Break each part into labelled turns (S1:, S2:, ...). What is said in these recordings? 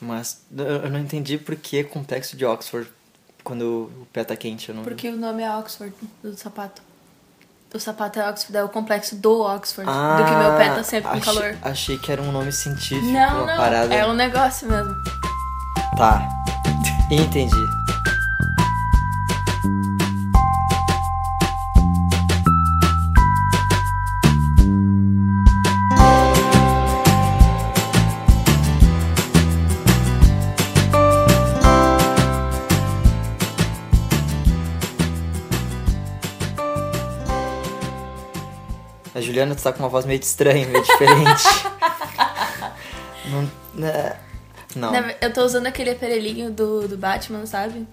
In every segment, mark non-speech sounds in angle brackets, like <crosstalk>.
S1: Mas eu não entendi por que contexto de Oxford quando o pé tá quente. Eu não...
S2: Porque o nome é Oxford do sapato. O sapato é Oxford, é o complexo do Oxford. do que meu pé tá sempre com
S1: Ah, achei,
S2: calor.
S1: Achei que era um nome científico,
S2: Não,
S1: uma
S2: não.
S1: parada.
S2: É um negócio mesmo.
S1: Tá. Entendi. A Juliana, tu tá com uma voz meio estranha, meio diferente. não, é, não.
S2: Na ve- Eu tô usando aquele aparelhinho do, do Batman, sabe?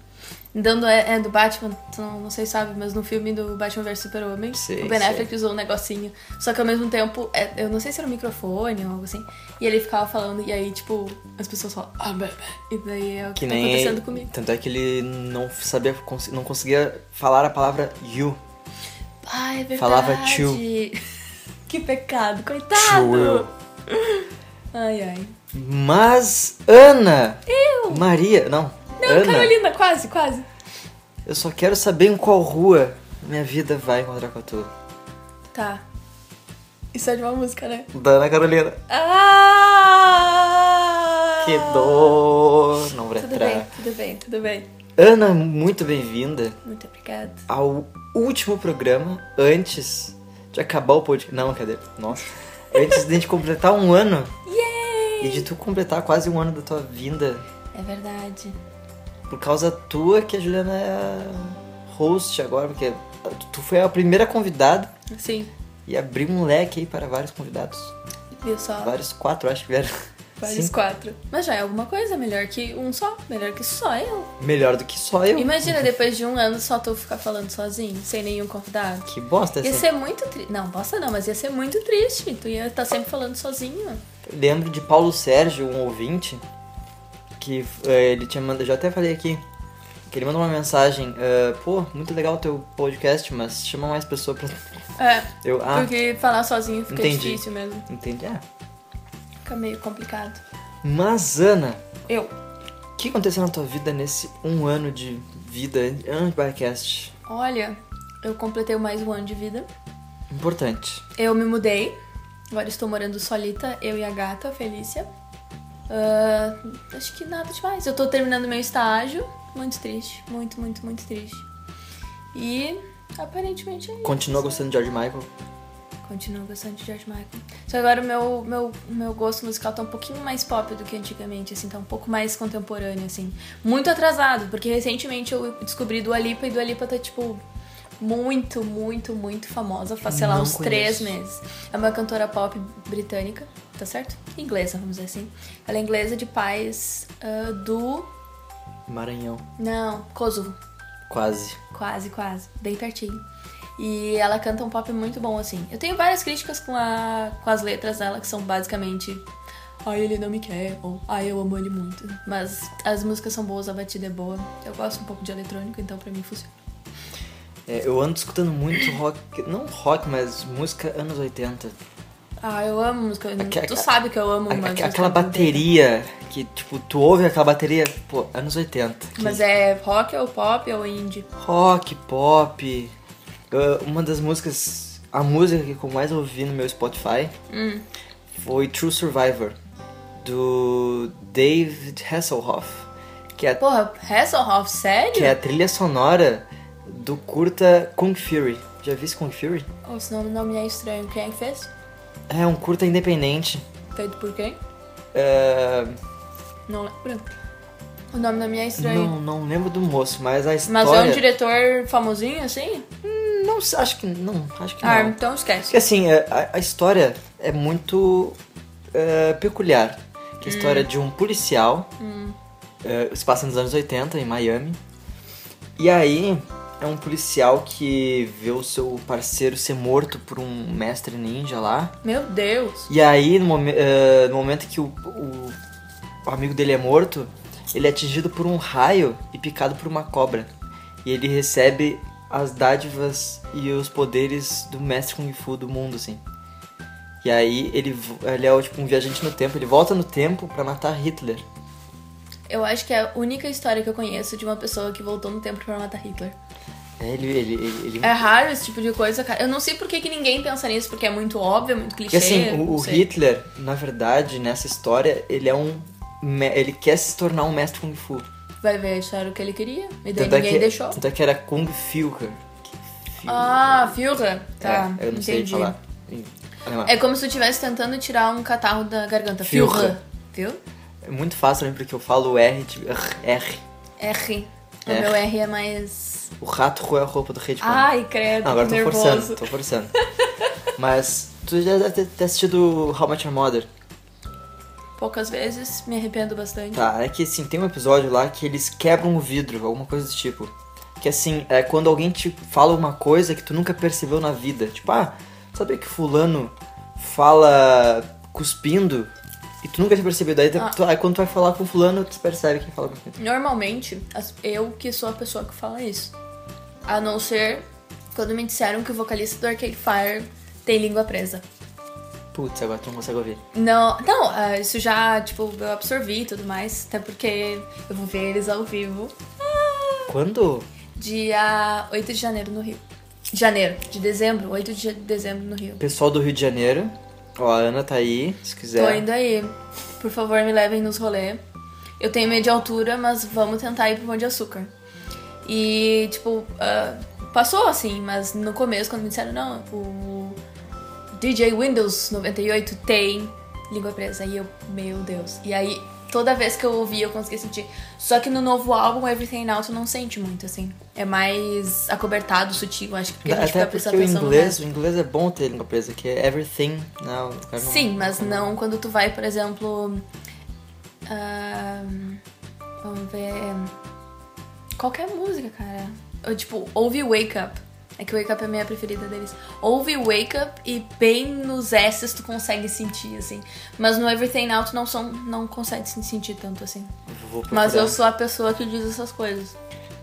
S2: Dando é, é do Batman, tu não, não sei se sabe, mas no filme do Batman vs Superman,
S1: Sei,
S2: o Ben
S1: sei.
S2: Affleck usou um negocinho. Só que ao mesmo tempo, é- eu não sei se era um microfone ou algo assim. E ele ficava falando, e aí, tipo, as pessoas falam, ah, bebê. E daí é o que,
S1: Que
S2: tá
S1: nem.
S2: acontecendo comigo.
S1: Tanto é que ele não sabia, cons- não conseguia falar a palavra you.
S2: Ah, é verdade.
S1: Falava tio.
S2: <laughs> que pecado,
S1: Tio eu.
S2: coitado. <laughs> Ai, ai.
S1: Mas Ana,
S2: Eu!
S1: Maria, não,
S2: Não,
S1: Ana,
S2: Carolina, quase, quase.
S1: eu só quero saber em qual rua minha vida vai encontrar com a tua.
S2: Tá. Isso é de uma música, né?
S1: Da Ana Carolina.
S2: Ah!
S1: Que dor, não
S2: Tudo
S1: bretrá.
S2: bem, tudo bem, tudo bem.
S1: Ana, muito bem-vinda
S2: Muito obrigada.
S1: ao último programa antes de acabar o podcast. Não, cadê? Nossa. Antes de a gente completar um ano
S2: Yay!
S1: e de tu completar quase um ano da tua vinda
S2: É verdade.
S1: Por causa tua que a Juliana é a host agora, porque tu foi a primeira convidada
S2: Sim,
S1: e abriu um leque aí para vários convidados.
S2: viu só?
S1: Vários quatro, acho que vieram.
S2: Vários
S1: Cinco.
S2: quatro. Mas já é alguma coisa, melhor que um só, melhor que só eu.
S1: Melhor do que só eu.
S2: Imagina depois de um ano só tu ficar falando sozinho, sem nenhum convidado.
S1: Que bosta
S2: Ia
S1: essa.
S2: ser muito triste. Não, bosta não, mas ia ser muito triste. Tu ia estar sempre falando sozinho.
S1: Lembro de Paulo Sérgio, um ouvinte, que eh, ele tinha mandado, já até falei aqui, que ele mandou uma mensagem, eh, pô, muito legal o teu podcast, mas chama mais pessoa pra... <laughs>
S2: É,
S1: Eu, ah,
S2: porque falar sozinho fica
S1: entendi.
S2: difícil mesmo.
S1: entendi, é.
S2: Fica meio complicado.
S1: Mas, Ana,
S2: Eu.
S1: o que aconteceu na tua vida nesse um ano de vida antes do podcast?
S2: Olha, eu completei mais um ano de vida.
S1: Importante.
S2: Eu me mudei. Agora estou morando solita, eu e a gata, a Felícia. Ah, acho que nada demais. Eu tô terminando meu estágio. Muito triste. Muito, muito, muito triste. E aparentemente é isso.
S1: Continua gostando de George Michael?
S2: Continuo gostando de George Michael. Só que agora o meu, meu, meu gosto musical tá um pouquinho mais pop do que antigamente, assim, tá um pouco mais contemporâneo, assim. Muito atrasado, porque recentemente eu descobri Dua Lipa e Dua Lipa tá, tipo, muito, muito, muito famosa, faz, sei lá,
S1: Não
S2: uns três
S1: conheço.
S2: meses. É uma cantora pop britânica, tá certo? Inglesa, vamos dizer assim. Ela é inglesa de pais ah, do...
S1: Maranhão.
S2: Não, Kosovo.
S1: Quase.
S2: Quase, quase. Bem pertinho. E ela canta um pop muito bom, assim. Eu tenho várias críticas com, a, com as letras dela, que são basicamente. Ai, ele não me quer, ou ai, eu amo ele muito. Mas as músicas são boas, a batida é boa. Eu gosto um pouco de eletrônico, então pra mim funciona.
S1: É, eu ando escutando muito rock. Não rock, mas música anos 80.
S2: Ah, eu amo música.
S1: Aque-
S2: tu sabe que eu amo
S1: É A-
S2: uma
S1: aque-
S2: música
S1: aquela
S2: inteira.
S1: bateria que, tipo, tu ouve aquela bateria, pô, anos 80. Que
S2: Mas é rock ou pop ou indie?
S1: Rock, pop. Uh, uma das músicas. A música que eu mais ouvi no meu Spotify
S2: Hum.
S1: foi True Survivor, do David Hasselhoff, que é,
S2: Porra, Hasselhoff, sério?
S1: que é a trilha sonora do curta Kung Fury. Já viste Kung Fury?
S2: Ou se não, não me é estranho. Quem é que fez?
S1: É um curta independente.
S2: Feito por quem?
S1: É,
S2: Não lembro. O nome não me é estranho.
S1: não, não lembro do moço, mas a história.
S2: Mas é um diretor famosinho, assim?
S1: Não, sei, acho que não, acho que
S2: Ah,
S1: não.
S2: então
S1: Porque <laughs>
S2: esquece.
S1: assim, é, a, a história é muito é, peculiar. Que é a história de um policial é, se passa nos anos 80 em Miami. E aí é um policial que vê o seu parceiro ser morto por um mestre ninja lá.
S2: Meu Deus.
S1: E aí, no, momen- eh, no momento que o, o- o amigo dele é morto, ele é atingido por um raio e picado por uma cobra. E ele recebe as dádivas e os poderes do mestre Kung Fu do mundo, assim. E aí ele, vo- ele é tipo um viajante no tempo, ele volta no tempo pra matar Hitler.
S2: Eu acho que é a única história que eu conheço de uma pessoa que voltou no tempo pra matar Hitler.
S1: Ele, ele, ele, ele-
S2: É raro esse tipo de coisa, cara. Eu não sei por que, que ninguém pensa nisso, porque é muito óbvio, é muito
S1: Porque
S2: clichê.
S1: assim, o,
S2: não
S1: o
S2: sei.
S1: Hitler, na verdade, nessa história, ele é um. me- Ele quer se tornar um mestre Kung Fu.
S2: Vai ver, acharam o que ele queria. E daí
S1: Tanto é
S2: ninguém
S1: que,
S2: deixou.
S1: Tanto é que era Kung Führer.
S2: Ah, Führer. Tá,
S1: É, eu não
S2: entendi.
S1: sei falar. em alemão.
S2: É como se eu estivesse tentando tirar um catarro da garganta.
S1: Führer.
S2: Führer. Viu?
S1: É muito fácil também porque eu falo R, tipo, R, R.
S2: R. O
S1: R.
S2: meu R é mais...
S1: O rato roeu a roupa do rei de pano.
S2: Ai, credo,
S1: Não, agora eu tô
S2: Ah, nervoso.
S1: forçando, tô forçando. Mas tu já deve ter- ter assistido How Much Your Mother.
S2: Poucas vezes, me arrependo bastante.
S1: Tá, é que assim, tem um episódio lá que eles quebram o vidro, alguma coisa do tipo. Que assim, é quando alguém te fala uma coisa que tu nunca percebeu na vida. Tipo, ah, sabia que fulano fala cuspindo e tu nunca tinha percebido. Daí
S2: Ah.
S1: tu- aí quando tu vai falar com fulano, tu percebe que ele fala cuspindo.
S2: Normalmente, as- eu que sou a pessoa que fala isso. A não ser quando me disseram que o vocalista do Arcade Fire tem língua presa.
S1: Putz, agora tu não consegue ouvir.
S2: Não, não, ah, isso já, tipo, eu absorvi e tudo mais. Até porque eu vou ver eles ao vivo
S1: Quando?
S2: dia 8 de janeiro no Rio. Janeiro, de dezembro, 8 de dezembro no Rio.
S1: O pessoal do Rio de Janeiro, ó, a Ana tá aí, se quiser.
S2: Tô indo aí. Por favor, me levem nos rolê. Eu tenho medo de altura, mas vamos tentar ir pro Pão de Açúcar. E, tipo, ah, passou assim, mas no começo, quando me disseram, não, o DJ Windows 98 tem língua presa. E eu, meu Deus. E aí, toda vez que eu ouvi, eu consegui sentir. Só que no novo álbum, Everything Now, tu não sente muito, assim. É mais acobertado, sutil, acho que porque a gente
S1: Até
S2: fica prestando
S1: porque o
S2: atenção no resto.
S1: inglês, o inglês é bom ter língua presa, que é everything. Não, o cara não-
S2: Sim, mas não quando tu vai, por exemplo. ahn, vamos ver. Qualquer música, cara. Ou, tipo, ouve Wake Up. É que Wake Up é a minha preferida deles. Ouve Wake Up e bem nos S's tu consegue sentir, assim. Mas no Everything Now tu não, são, não consegue se sentir tanto, assim.
S1: Vou
S2: Mas
S1: procurar.
S2: eu sou a pessoa que diz essas coisas.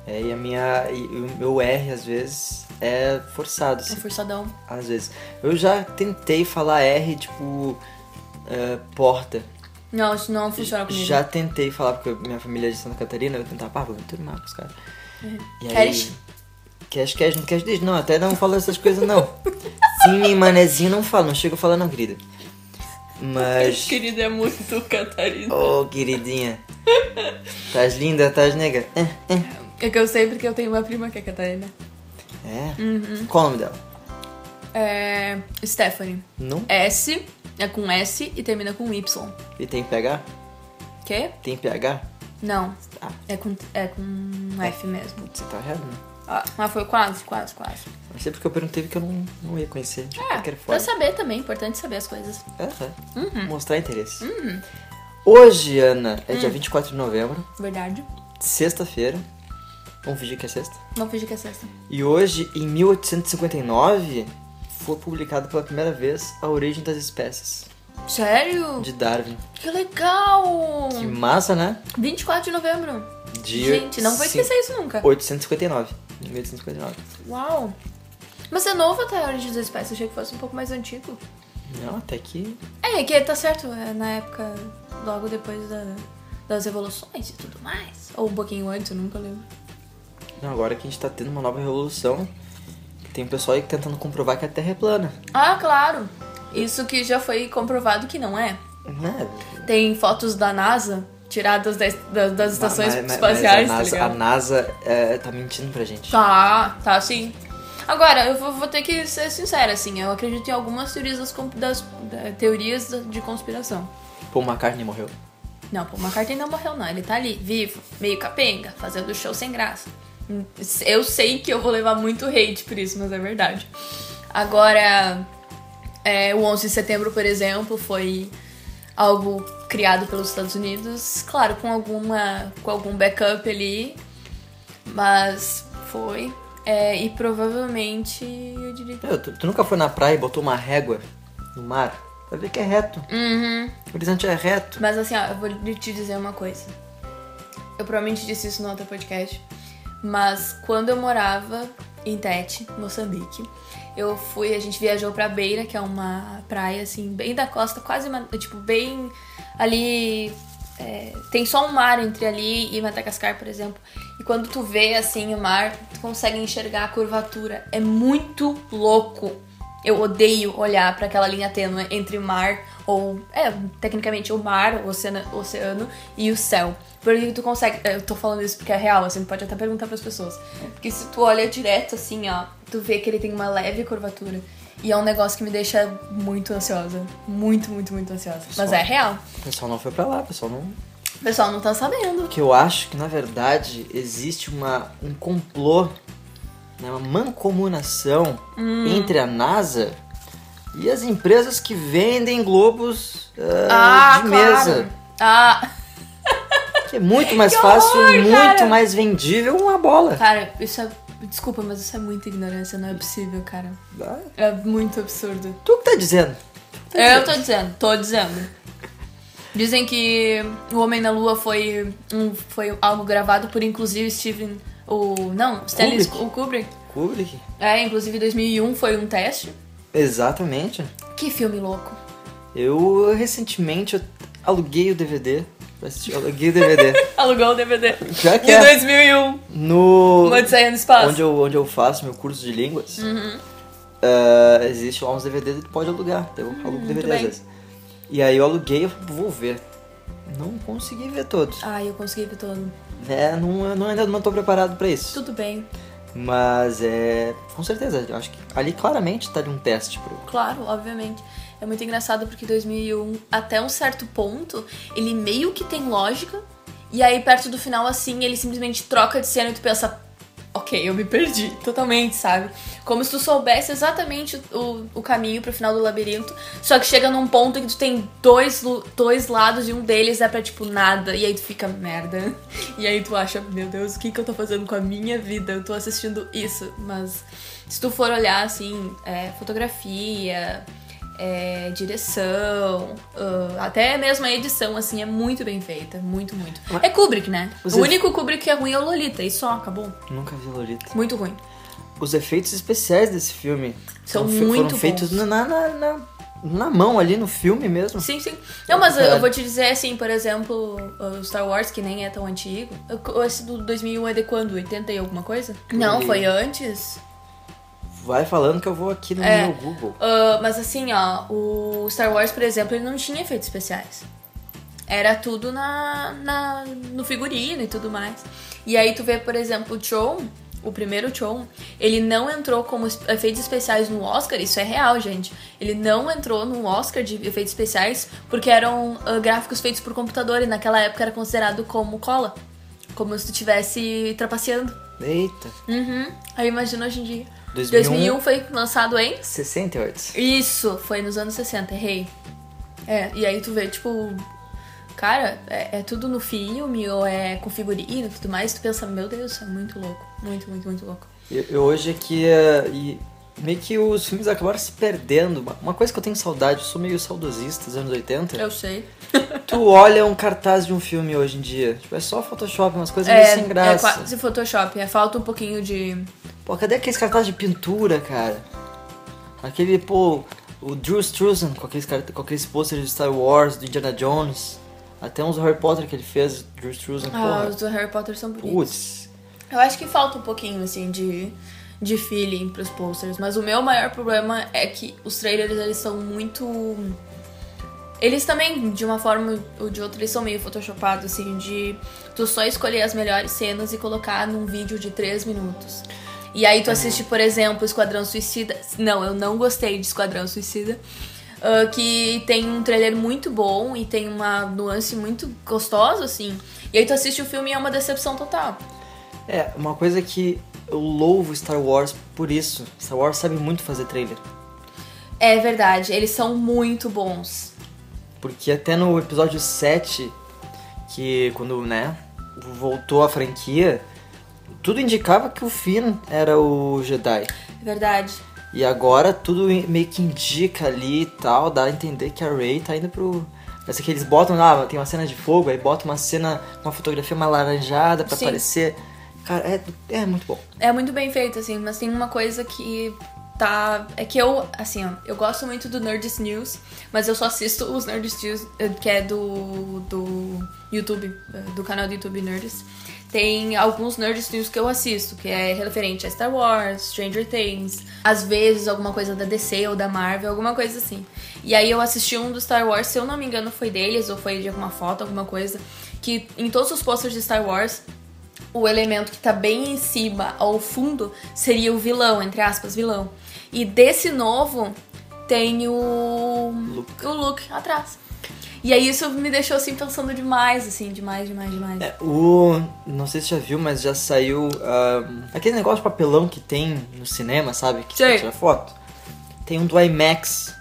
S1: É, e a minha. E o meu R às vezes é forçado,
S2: É
S1: assim,
S2: forçadão.
S1: às vezes. Eu já tentei falar R, tipo. é, porta.
S2: Não, isso não funciona comigo.
S1: Já tentei falar, porque minha família é de Santa Catarina, eu tentava, pá, vou tudo mal com os caras. E aí-
S2: Queres?
S1: Cash, cash, não cash diz, não, até não falo essas coisas não. Sim, e manezinho não falo, não chego a falar não, querida. Mas.
S2: Querida, é muito Catarina.
S1: Ô, queridinha. Tás linda, tás nega. É, é.
S2: É que eu sei porque eu tenho uma prima que é Catarina.
S1: É? Qual o nome dela?
S2: É. Stephanie.
S1: Não?
S2: S é com S e termina com Y.
S1: E tem PH?
S2: Quê?
S1: Tem PH?
S2: Não.
S1: Ah,
S2: É com, é com F mesmo.
S1: você tá errado, né?
S2: Ah, mas foi quase, quase, quase.
S1: Não sei porque eu perguntei porque eu não, não ia conhecer Tipo, de
S2: É,
S1: qualquer forma.
S2: pra saber também, importante saber as coisas.
S1: É, é.
S2: Uhum.
S1: Mostrar interesse. Hoje, Ana, é
S2: Hum.
S1: dia 24 de novembro,
S2: Verdade.
S1: sexta-feira. Vamos fingir que é sexta.
S2: Não finge que é sexta.
S1: E hoje, em 1859, foi publicado pela primeira vez A Origem das Espécies,
S2: Sério?
S1: de Darwin.
S2: Que legal!
S1: Que massa, né?
S2: 24 de novembro.
S1: Dia
S2: Hum. Gente, não vou
S1: cin-
S2: esquecer isso nunca.
S1: 859. em 1859.
S2: Uau! Mas é novo até a Origem das Espécies, achei que fosse um pouco mais antigo.
S1: Não, até que.
S2: É, que tá certo, é na época, logo depois da- das revoluções e tudo mais. Ou um pouquinho antes, eu nunca lembro.
S1: Não, agora que a gente tá tendo uma nova revolução, tem um pessoal aí tentando comprovar que a Terra é plana.
S2: Ah, claro! Isso que já foi comprovado que não é.
S1: Né?
S2: Tem fotos da NASA tiradas das, das- das
S1: Mas-
S2: estações
S1: mas- mas
S2: espaciais,
S1: a NASA,
S2: tá ligado?
S1: a NASA, é, tá mentindo pra gente.
S2: Tá, tá sim. Agora, eu vou, vou ter que ser sincera, assim, eu acredito em algumas teorias das, comp- das- da- teorias da- de conspiração.
S1: Pô, uma carne morreu.
S2: Não, Paul McCartney não morreu, não. Ele tá ali, vivo, meio capenga, fazendo show sem graça. Hum, Eu sei que eu vou levar muito hate por isso, mas é verdade. Agora, é, o 11 de setembro, por exemplo, foi algo criado pelos Estados Unidos, claro, com alguma com algum backup ali, mas foi. É, e provavelmente, eu diria.
S1: Meu, tu, tu nunca foi na praia e botou uma régua no mar? Vai ver que é reto.
S2: Uhum.
S1: O horizonte é reto.
S2: Mas assim, ó, eu vou te dizer uma coisa. Eu provavelmente disse isso no outro podcast. Mas quando eu morava em Tete, Moçambique, eu fui, a gente viajou pra Beira, que é uma praia, assim, bem da costa, quase, uma- tipo, bem ali é, tem só um mar entre ali e Madagascar, por exemplo. E quando tu vê assim o mar, tu consegue enxergar a curvatura. É muito louco. Eu odeio olhar para aquela linha tênue entre o mar ou é, tecnicamente o mar, o oceano, o oceano e o céu. Porque tu consegue, eu tô falando isso porque é real, assim, pode até perguntar para as pessoas. Porque se tu olha direto assim, ó, tu vê que ele tem uma leve curvatura. E é um negócio que me deixa muito ansiosa. Muito, muito, muito ansiosa. Mas
S1: Pessoal.
S2: é real.
S1: O pessoal não foi pra lá, o pessoal não.
S2: O pessoal não tá sabendo.
S1: Que eu acho que na verdade existe uma, um complô, né, uma mancomunação
S2: Hum.
S1: entre a NASA e as empresas que vendem globos ah, de
S2: claro.
S1: mesa.
S2: Ah,
S1: Que é muito mais
S2: Que
S1: fácil,
S2: horror,
S1: muito
S2: cara.
S1: mais vendível uma bola.
S2: cara, isso é. Desculpa, mas isso é muita ignorância, não é possível, cara.
S1: Ah,
S2: É muito absurdo.
S1: Tu que tá dizendo? Tu que tá
S2: É, Eu
S1: dizendo.
S2: tô dizendo, tô dizendo. Dizem que o Homem na Lua foi, um, foi algo gravado por inclusive Steven. O. Não, Stanley
S1: Kubrick.
S2: o Kubrick.
S1: Kubrick?
S2: É, inclusive 2001 foi um teste.
S1: Exatamente.
S2: Que filme louco.
S1: Eu recentemente eu aluguei o DVD. pra assistir, Aluguei o DVD.
S2: Alugou o DVD.
S1: Já que
S2: Em
S1: é
S2: 2001,
S1: no.
S2: uma Odisseia no Espaço.
S1: onde eu, onde eu faço meu curso de línguas,
S2: Uhum.
S1: eh, existe lá uns DVDs que tu pode alugar. Então, Eu alugo DVDs às
S2: Hum, bem.
S1: vezes. E aí eu aluguei, eu falei, vou ver. Não consegui ver todos.
S2: Ai, eu consegui ver todo.
S1: É, não, eu não, ainda não tô preparado pra isso.
S2: Tudo bem,
S1: Mas é. Com certeza, eu acho que ali claramente tá de um teste pro.
S2: claro, obviamente. É muito engraçado porque 2001, até um certo ponto, ele meio que tem lógica. E aí, perto do final, assim, ele simplesmente troca de cena e tu pensa, ok, eu me perdi totalmente, sabe? Como se tu soubesse exatamente o, o caminho pro final do labirinto. Só que chega num ponto que tu tem dois, lu- dois lados e um deles é pra, tipo, nada. E aí tu fica, merda. E aí tu acha, meu Deus, o que que eu tô fazendo com a minha vida? Eu tô assistindo isso. Mas se tu for olhar, assim, é, fotografia, é, direção, ah, até mesmo a edição, assim, é muito bem feita. Muito, muito.
S1: Mas-
S2: É Kubrick, né?
S1: Os
S2: O
S1: efe-
S2: único Kubrick que é ruim é o Lolita. E só, acabou.
S1: Nunca vi Lolita.
S2: Muito ruim.
S1: Os efeitos especiais desse filme
S2: São
S1: foram fe-
S2: muito
S1: foram feitos
S2: bons.
S1: na, na, na, na mão ali no filme mesmo.
S2: Sim, sim. Não, mas eu,
S1: Caralho.
S2: eu vou te dizer assim, por exemplo, o Star Wars, que nem é tão antigo. Eu- Esse do 2001 é de quando? 80 e alguma coisa? Não,
S1: aí.
S2: foi antes.
S1: Vai falando que eu vou aqui no
S2: É.
S1: meu Google.
S2: Ah, mas assim, ó, o Star Wars, por exemplo, ele não tinha efeitos especiais. Era tudo na, na- no figurino e tudo mais. E aí tu vê, por exemplo, o Tron, o primeiro Tron, ele não entrou como es- efeitos especiais no Oscar, isso é real, gente. Ele não entrou no Oscar de efeitos especiais porque eram ah, gráficos feitos por computador e naquela época era considerado como cola. Como se tu estivesse trapaceando.
S1: Eita.
S2: Uhum. Aí imagina hoje em dia.
S1: 2001.
S2: 2001 foi lançado em
S1: 68.
S2: isso, foi nos anos 60, errei. É, e aí tu vê, tipo, cara, é, é tudo no filme, ou é com figurino e tudo mais, tu pensa, meu Deus, isso é muito louco. Muito, muito, muito louco.
S1: Eu, eu hoje é que. eh, e meio que os filmes acabaram se perdendo. Uma- Uma coisa que eu tenho saudade, eu sou meio saudosista dos anos 80.
S2: Eu sei.
S1: Tu olha um cartaz de um filme hoje em dia. Tipo, é só Photoshop, umas coisas meio sem
S2: é
S1: graça.
S2: quase Photoshop, é falta um pouquinho de.
S1: Pô, cadê aqueles cartazes de pintura, cara? Aquele, pô, o Drew Struzan com aqueles, car- com aqueles pôsteres de Star Wars, do Indiana Jones. Até uns Harry Potter que ele fez, Drew Struzan,
S2: Ah, os
S1: porra.
S2: do Harry Potter são bonitos.
S1: Putz.
S2: Eu acho que falta um pouquinho, assim, de, de feeling pros posters. Mas o meu maior problema é que os trailers, eles são muito... Eles também, de uma forma ou de outra, eles são meio photoshopados, assim, de tu só escolher as melhores cenas e colocar num vídeo de 3 minutos. E aí tu assiste, por exemplo, Esquadrão Suicida. Não, eu não gostei de Esquadrão Suicida. ah, que tem um trailer muito bom e tem uma nuance muito gostosa, assim. E aí tu assiste o filme e é uma decepção total.
S1: É, uma coisa que eu louvo Star Wars por isso. Star Wars sabe muito fazer trailer.
S2: É verdade, eles são muito bons.
S1: Porque até no episódio 7, que quando, né, voltou a franquia, tudo indicava que o Finn era o Jedi.
S2: É verdade.
S1: E agora tudo in- meio que indica ali e tal, dá a entender que a Rey tá indo pro... Parece que eles botam lá, tem uma cena de fogo, aí bota uma cena, uma fotografia mais laranjada pra
S2: Sim.
S1: aparecer. Cara, é, é muito bom.
S2: É muito bem feito, assim, mas tem uma coisa que tá. É que eu, assim, ó, eu gosto muito do Nerdist News, mas eu só assisto os Nerdist News, eh, que é do, do YouTube, eh, do canal do YouTube Nerdist. Tem alguns Nerdist News que eu assisto, que é referente a Star Wars, Stranger Things, às vezes alguma coisa da DC ou da Marvel, alguma coisa assim. E aí eu assisti um do Star Wars, se eu não me engano foi deles, ou foi de alguma foto, alguma coisa, que em todos os posters de Star Wars o elemento que tá bem em cima, ao fundo, seria o vilão, entre aspas, vilão. E desse novo tem o.
S1: Luke.
S2: O Luke atrás. E aí isso me deixou assim pensando demais, assim, demais, demais, demais.
S1: É, o. Não sei se já viu, mas já saiu. ah, aquele negócio de papelão que tem no cinema, sabe? Que
S2: Sei.
S1: você tira foto. Tem um do IMAX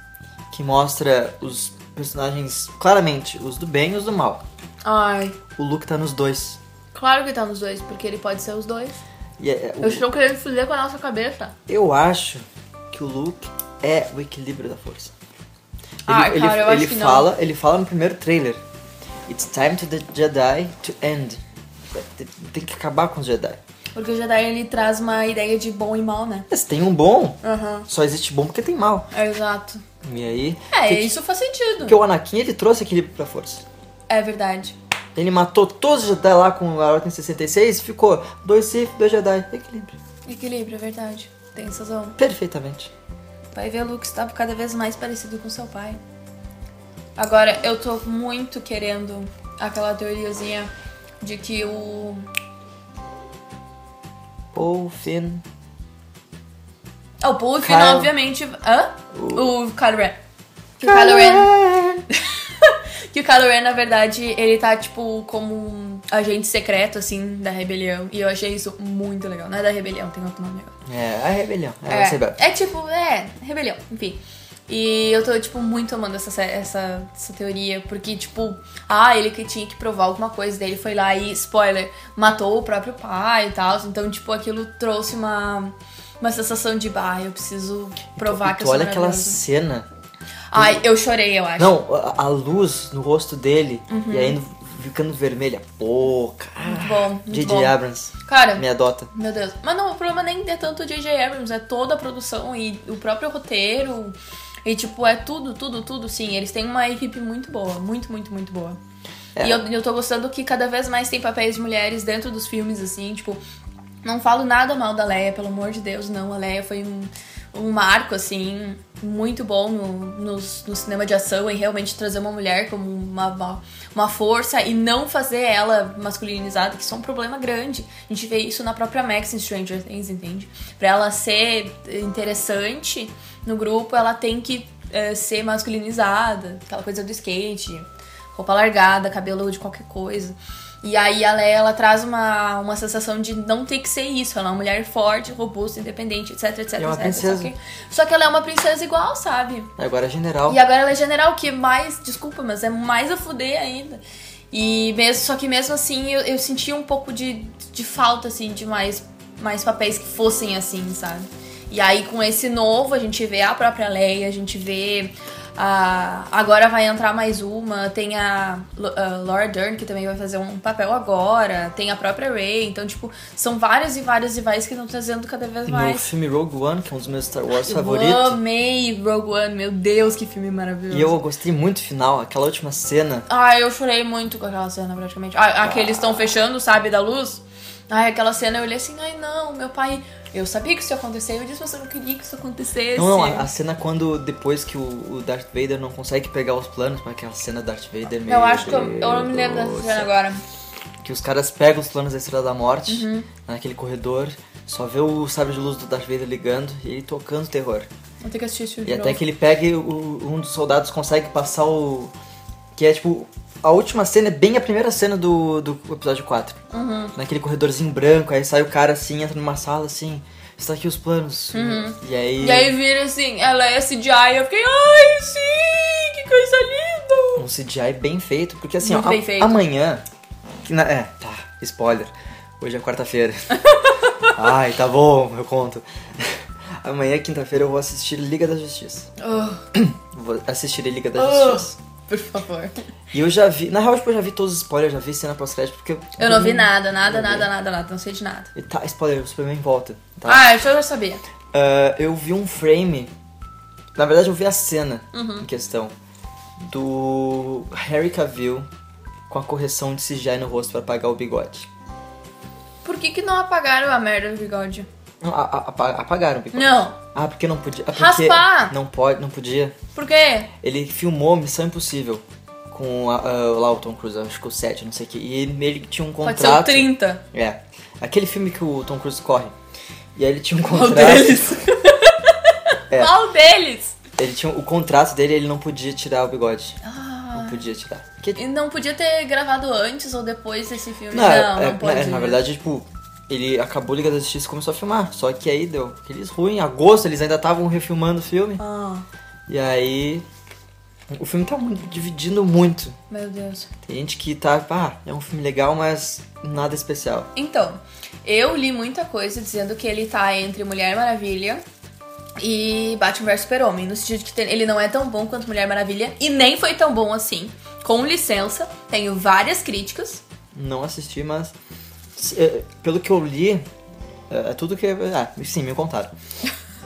S1: que mostra os personagens claramente, os do bem e os do mal.
S2: Ai,
S1: O Luke tá nos dois.
S2: claro que tá nos dois, porque ele pode ser os dois.
S1: E é- é- o-
S2: Eu estou querendo fuder com a nossa cabeça.
S1: eu acho que o Luke é o equilíbrio da força. Ele,
S2: Ai,
S1: ele,
S2: Ah, cara, eu acho
S1: ele
S2: que não.
S1: fala, ele fala no primeiro trailer. It's time to the Jedi to end. Tem- Tem que acabar com os Jedi.
S2: Porque o Jedi ele traz uma ideia de bom e mal, né?
S1: Mas tem um bom,
S2: Aham.
S1: só existe bom porque tem mal.
S2: Exato.
S1: E aí?
S2: É,
S1: que-
S2: isso faz sentido.
S1: Porque o Anakin ele trouxe equilíbrio pra força.
S2: É verdade.
S1: Ele matou todos os Jedi lá com a Ordem 66 e ficou dois Sith, dois Jedi. Equilíbrio.
S2: Equilíbrio, é verdade. Tem razão.
S1: Perfeitamente.
S2: Vai ver, Luke está cada vez mais parecido com seu pai. Agora, eu tô muito querendo aquela teoriazinha de que o.
S1: Paul, Finn.
S2: Ah, o Paul
S1: Kyle.
S2: Finn, obviamente. Hã? O, Kylo Ren. Que o Kylo Ren. <laughs> Que o Kylo Ren, na verdade, ele tá, tipo, como um agente secreto, assim, da rebelião. E eu achei isso muito legal. Não é da rebelião, tem outro nome agora.
S1: É, a rebelião. É,
S2: É,
S1: você vai.
S2: é tipo, é, rebelião, enfim. E eu tô, tipo, muito amando essa, sé- essa, essa teoria, porque, tipo, ah, ele que tinha que provar alguma coisa, daí ele foi lá e, spoiler, matou o próprio pai e tal. Então, tipo, aquilo trouxe uma, uma sensação de, bah, eu preciso provar
S1: E
S2: que
S1: tu
S2: eu sou
S1: olha aquela
S2: maravilhoso."
S1: cena.
S2: Ai, eu chorei, eu acho. Uhum.
S1: Não, a, a luz no rosto dele e ainda ficando vermelha. Pô, cara.
S2: Muito bom, muito
S1: J.J.
S2: bom.
S1: Abrams,
S2: Cara,
S1: me adota.
S2: Meu Deus. Mas não, o problema nem é tanto o J.J. Abrams, é toda a produção e o próprio roteiro. E, tipo, é tudo, tudo, tudo, sim. Eles têm uma equipe muito boa. Muito, muito, muito boa. E eu, eu tô gostando que cada vez mais tem papéis de mulheres dentro dos filmes, assim. Tipo, não falo nada mal da Leia, pelo amor de Deus, não. A Leia foi um, um marco, assim, muito bom no, nos- no cinema de ação. E realmente trazer uma mulher como uma, uma, uma força e não fazer ela masculinizada, que isso é um problema grande. A gente vê isso na própria Max em Stranger Things, entende? Pra ela ser interessante no grupo, ela tem que eh, ser masculinizada. Aquela coisa do skate, roupa largada, cabelo de qualquer coisa. E aí ela, ela traz uma, uma sensação de não ter que ser isso. Ela é uma mulher forte, robusta, independente, etc, etc,
S1: E é uma
S2: etc.
S1: princesa.
S2: Só, que, só que ela é uma princesa igual, sabe?
S1: Agora é general.
S2: E agora ela é general, que é mais, desculpa, mas é mais a fuder ainda. E mesmo, só que mesmo assim eu, eu senti um pouco de, de falta, assim, de mais, mais papéis que fossem assim, sabe? E aí com esse novo a gente vê a própria Leia, a gente vê. A, agora vai entrar mais uma, tem a, Lo- a Laura Dern, que também vai fazer um papel agora, tem a própria Rey, então, tipo, são vários e vários e vários que estão trazendo cada vez
S1: no
S2: mais.
S1: filme Rogue One, que é um dos meus Star Wars
S2: Eu
S1: favoritos.
S2: amei Rogue One, meu Deus, que filme maravilhoso.
S1: E eu gostei muito do final, aquela última cena.
S2: Ai, eu chorei muito com aquela cena, praticamente. Ah, aqueles estão fechando, sabe, da luz. Ai, aquela cena eu olhei assim, ai não, meu pai. Eu sabia que isso ia acontecer, eu disse, mas eu não queria que isso acontecesse.
S1: Não, não, a, a cena quando depois que o, o Darth Vader não consegue pegar os planos, mas aquela cena do Darth Vader meio.
S2: Eu acho que eu, eu não me lembro dessa cena agora.
S1: Que os caras pegam os planos da Estrela da Morte
S2: Uhum.
S1: naquele corredor, só vê o sabre de luz do Darth Vader ligando e ele tocando o terror.
S2: Vou ter que assistir esse filme
S1: E
S2: de
S1: até
S2: novo.
S1: que ele pega e o- um dos soldados consegue passar o. Que é tipo. A última cena é bem a primeira cena do, do episódio 4.
S2: Uhum.
S1: Naquele corredorzinho branco, aí sai o cara assim, entra numa sala assim. Está aqui os planos. E aí.
S2: Uhum. E aí vira assim, ela é CGI, eu fiquei, ai sim, que coisa linda.
S1: Um CGI bem feito, porque assim,
S2: Muito
S1: ó,
S2: bem
S1: a-
S2: feito.
S1: amanhã. Que na- é, tá, spoiler. Hoje é
S2: <laughs>
S1: quarta-feira. Ai, tá bom, eu conto. Amanhã, quinta-feira, eu vou assistir Liga da Justiça.
S2: Ah,
S1: Vou assistir Liga da
S2: Ah.
S1: Justiça.
S2: por favor.
S1: E eu já vi. Na real, tipo, eu já vi todos os spoilers, já vi cena pós-crédito, porque.
S2: Eu não vi nada, nada, nada, nada, nada, não sei de nada.
S1: E tá, spoiler, o Superman volta. Tá?
S2: Ah, isso eu já sabia.
S1: ah, eu vi um frame. Na verdade, eu vi a cena
S2: Uhum.
S1: em questão do Harry Cavill com a correção de CGI no rosto pra apagar o bigode.
S2: Por que, que não apagaram a merda do bigode?
S1: Não, a- a- apa- apagaram o bigode.
S2: Não.
S1: Ah, porque não podia. Ah, porque
S2: Raspar!
S1: Não pode, não podia.
S2: Por quê?
S1: Ele filmou Missão Impossível com a, a, lá o Tom Cruise, acho que o 7, não sei o que. E ele, ele tinha um
S2: Pode
S1: contrato.
S2: ser o 30.
S1: É. Aquele filme que o Tom Cruise corre. E aí ele
S2: <laughs>
S1: tinha um
S2: Qual
S1: contrato.
S2: deles?
S1: <laughs> É.
S2: Qual deles?
S1: Ele tinha o contrato dele, ele não podia tirar o bigode.
S2: Ah,
S1: Não podia tirar. Porque-
S2: e não podia ter gravado antes ou depois desse filme? Não,
S1: Não, é-
S2: não,
S1: é-
S2: pode. né?
S1: na- na verdade, tipo, ele acabou Liga da Justiça e começou a filmar. Só que aí deu aqueles ruins. Em agosto eles ainda estavam refilmando o filme.
S2: Ah,
S1: E aí. O filme tá muito- dividindo muito.
S2: meu Deus.
S1: Tem gente que tá, ah, é um filme legal, mas nada especial.
S2: Então, eu li muita coisa dizendo que ele tá entre Mulher Maravilha e Batman vs Super-Homem, no sentido de que tem- ele não é tão bom quanto Mulher Maravilha e nem foi tão bom assim. Com licença, tenho várias críticas.
S1: Não assisti, mas se- eh, pelo que eu li, é é tudo que. Ah, sim, me contaram.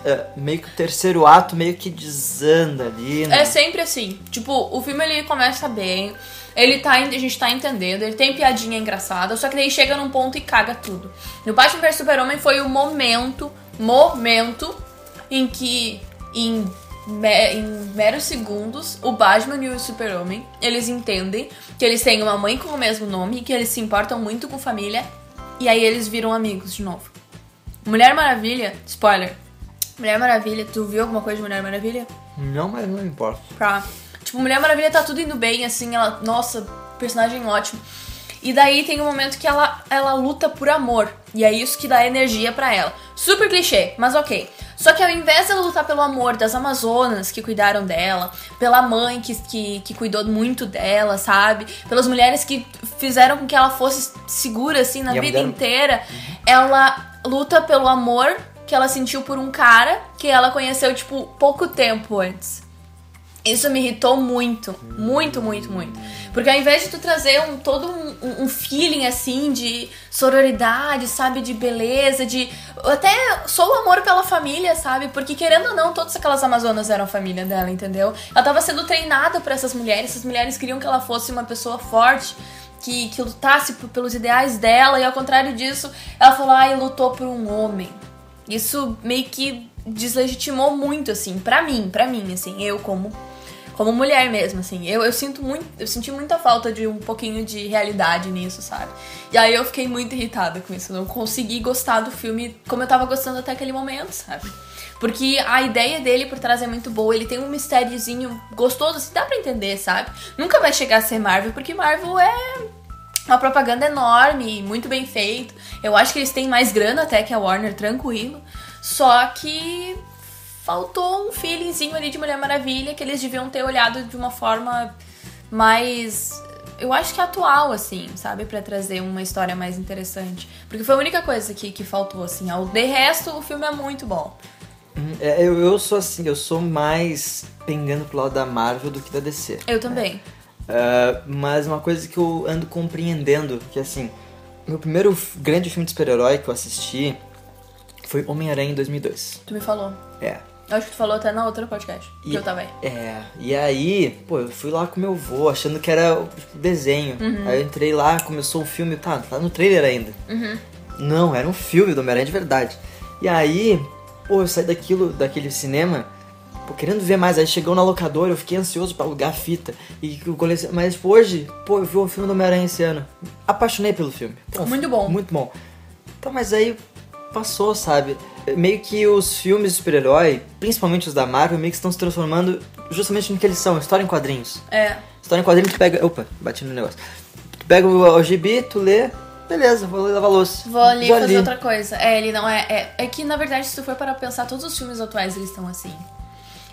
S1: É, meio que o terceiro ato meio que desanda ali. né?
S2: É sempre assim. Tipo, o filme ele começa bem, ele tá, a gente tá entendendo, ele tem piadinha engraçada, só que daí chega num ponto e caga tudo. No Batman vs Super-Homem foi o momento, momento em que em, me- em meros segundos o Batman e o Super-Homem, eles entendem que eles têm uma mãe com o mesmo nome, que eles se importam muito com família, e aí eles viram amigos de novo. Mulher Maravilha, spoiler. Mulher Maravilha, tu viu alguma coisa de Mulher Maravilha?
S1: Não, mas não importa.
S2: pra. Tipo, Mulher Maravilha tá tudo indo bem, assim, ela. Nossa, personagem ótimo. E daí tem um momento que ela, ela luta por amor. E é isso que dá energia pra ela. Super clichê, mas ok. Só que ao invés dela lutar pelo amor das Amazonas que cuidaram dela, pela mãe que, que, que cuidou muito dela, sabe? Pelas mulheres que fizeram com que ela fosse segura, assim, na
S1: E a
S2: vida
S1: mulher-
S2: inteira, ela luta pelo amor que ela sentiu por um cara que ela conheceu, tipo, pouco tempo antes. Isso me irritou muito, muito, muito, muito. Porque ao invés de tu trazer um, todo um, um- um feeling assim de sororidade, sabe, de beleza, de. Até só o amor pela família, sabe? Porque querendo ou não, todas aquelas Amazonas eram família dela, entendeu? Ela tava sendo treinada por essas mulheres, essas mulheres queriam que ela fosse uma pessoa forte. Que, que lutasse p- pelos ideais dela, e ao contrário disso, ela falou: ai, lutou por um homem. Isso meio que deslegitimou muito, assim, pra mim, pra mim, assim, eu como como mulher mesmo, assim. Eu, eu sinto muito, eu senti muita falta de um pouquinho de realidade nisso, sabe? E aí eu fiquei muito irritada com isso. Eu não consegui gostar do filme como eu tava gostando até aquele momento, sabe? Porque a ideia dele por trás é muito boa, ele tem um mistériozinho gostoso, assim, dá pra entender, sabe? Nunca vai chegar a ser Marvel, porque Marvel é uma propaganda enorme, muito bem feito. Eu acho que eles têm mais grana até que a Warner, tranquilo. Só que faltou um feelingzinho ali de Mulher Maravilha que eles deviam ter olhado de uma forma mais. Eu acho que atual, assim, sabe? Pra trazer uma história mais interessante. Porque foi a única coisa que, que faltou, assim. Ao de resto, o filme é muito bom.
S1: Hum, é, eu, eu sou assim, eu sou mais pingando pro lado da Marvel do que da DC.
S2: Eu também.
S1: Ah, mas uma coisa que eu ando compreendendo, que assim, meu primeiro f- grande filme de super-herói que eu assisti foi Homem-Aranha em 2002.
S2: Tu me falou.
S1: É.
S2: Eu acho que tu falou até na outra podcast. Que
S1: E-
S2: eu também.
S1: É, e aí, pô, eu fui lá com meu avô, achando que era tipo, desenho. Aí eu entrei lá, começou o filme, tá, tá no trailer ainda. Não, era um filme do Homem-Aranha de verdade. E aí, pô, eu saí daquilo, daquele cinema, pô, querendo ver mais. Aí chegou na locadora, eu fiquei ansioso pra alugar a fita. E que o colecion- Mas tipo, hoje, pô, eu vi o filme do Homem-Aranha esse ano. Apaixonei pelo filme. Pô,
S2: Muito bom.
S1: Muito bom. Tá, mas aí passou, sabe? Meio que os filmes de super-herói, principalmente os da Marvel, meio que estão se transformando justamente no que eles são, história em quadrinhos.
S2: É.
S1: História em tá quadrinho, tu pega. Opa, bati no negócio. Tu pega o, o gibi, tu lê, beleza, vou lavar louça.
S2: Vou ali
S1: Já
S2: fazer
S1: li.
S2: outra coisa. É, ele não é, é. é que na verdade, se tu for para pensar, todos os filmes atuais eles estão assim.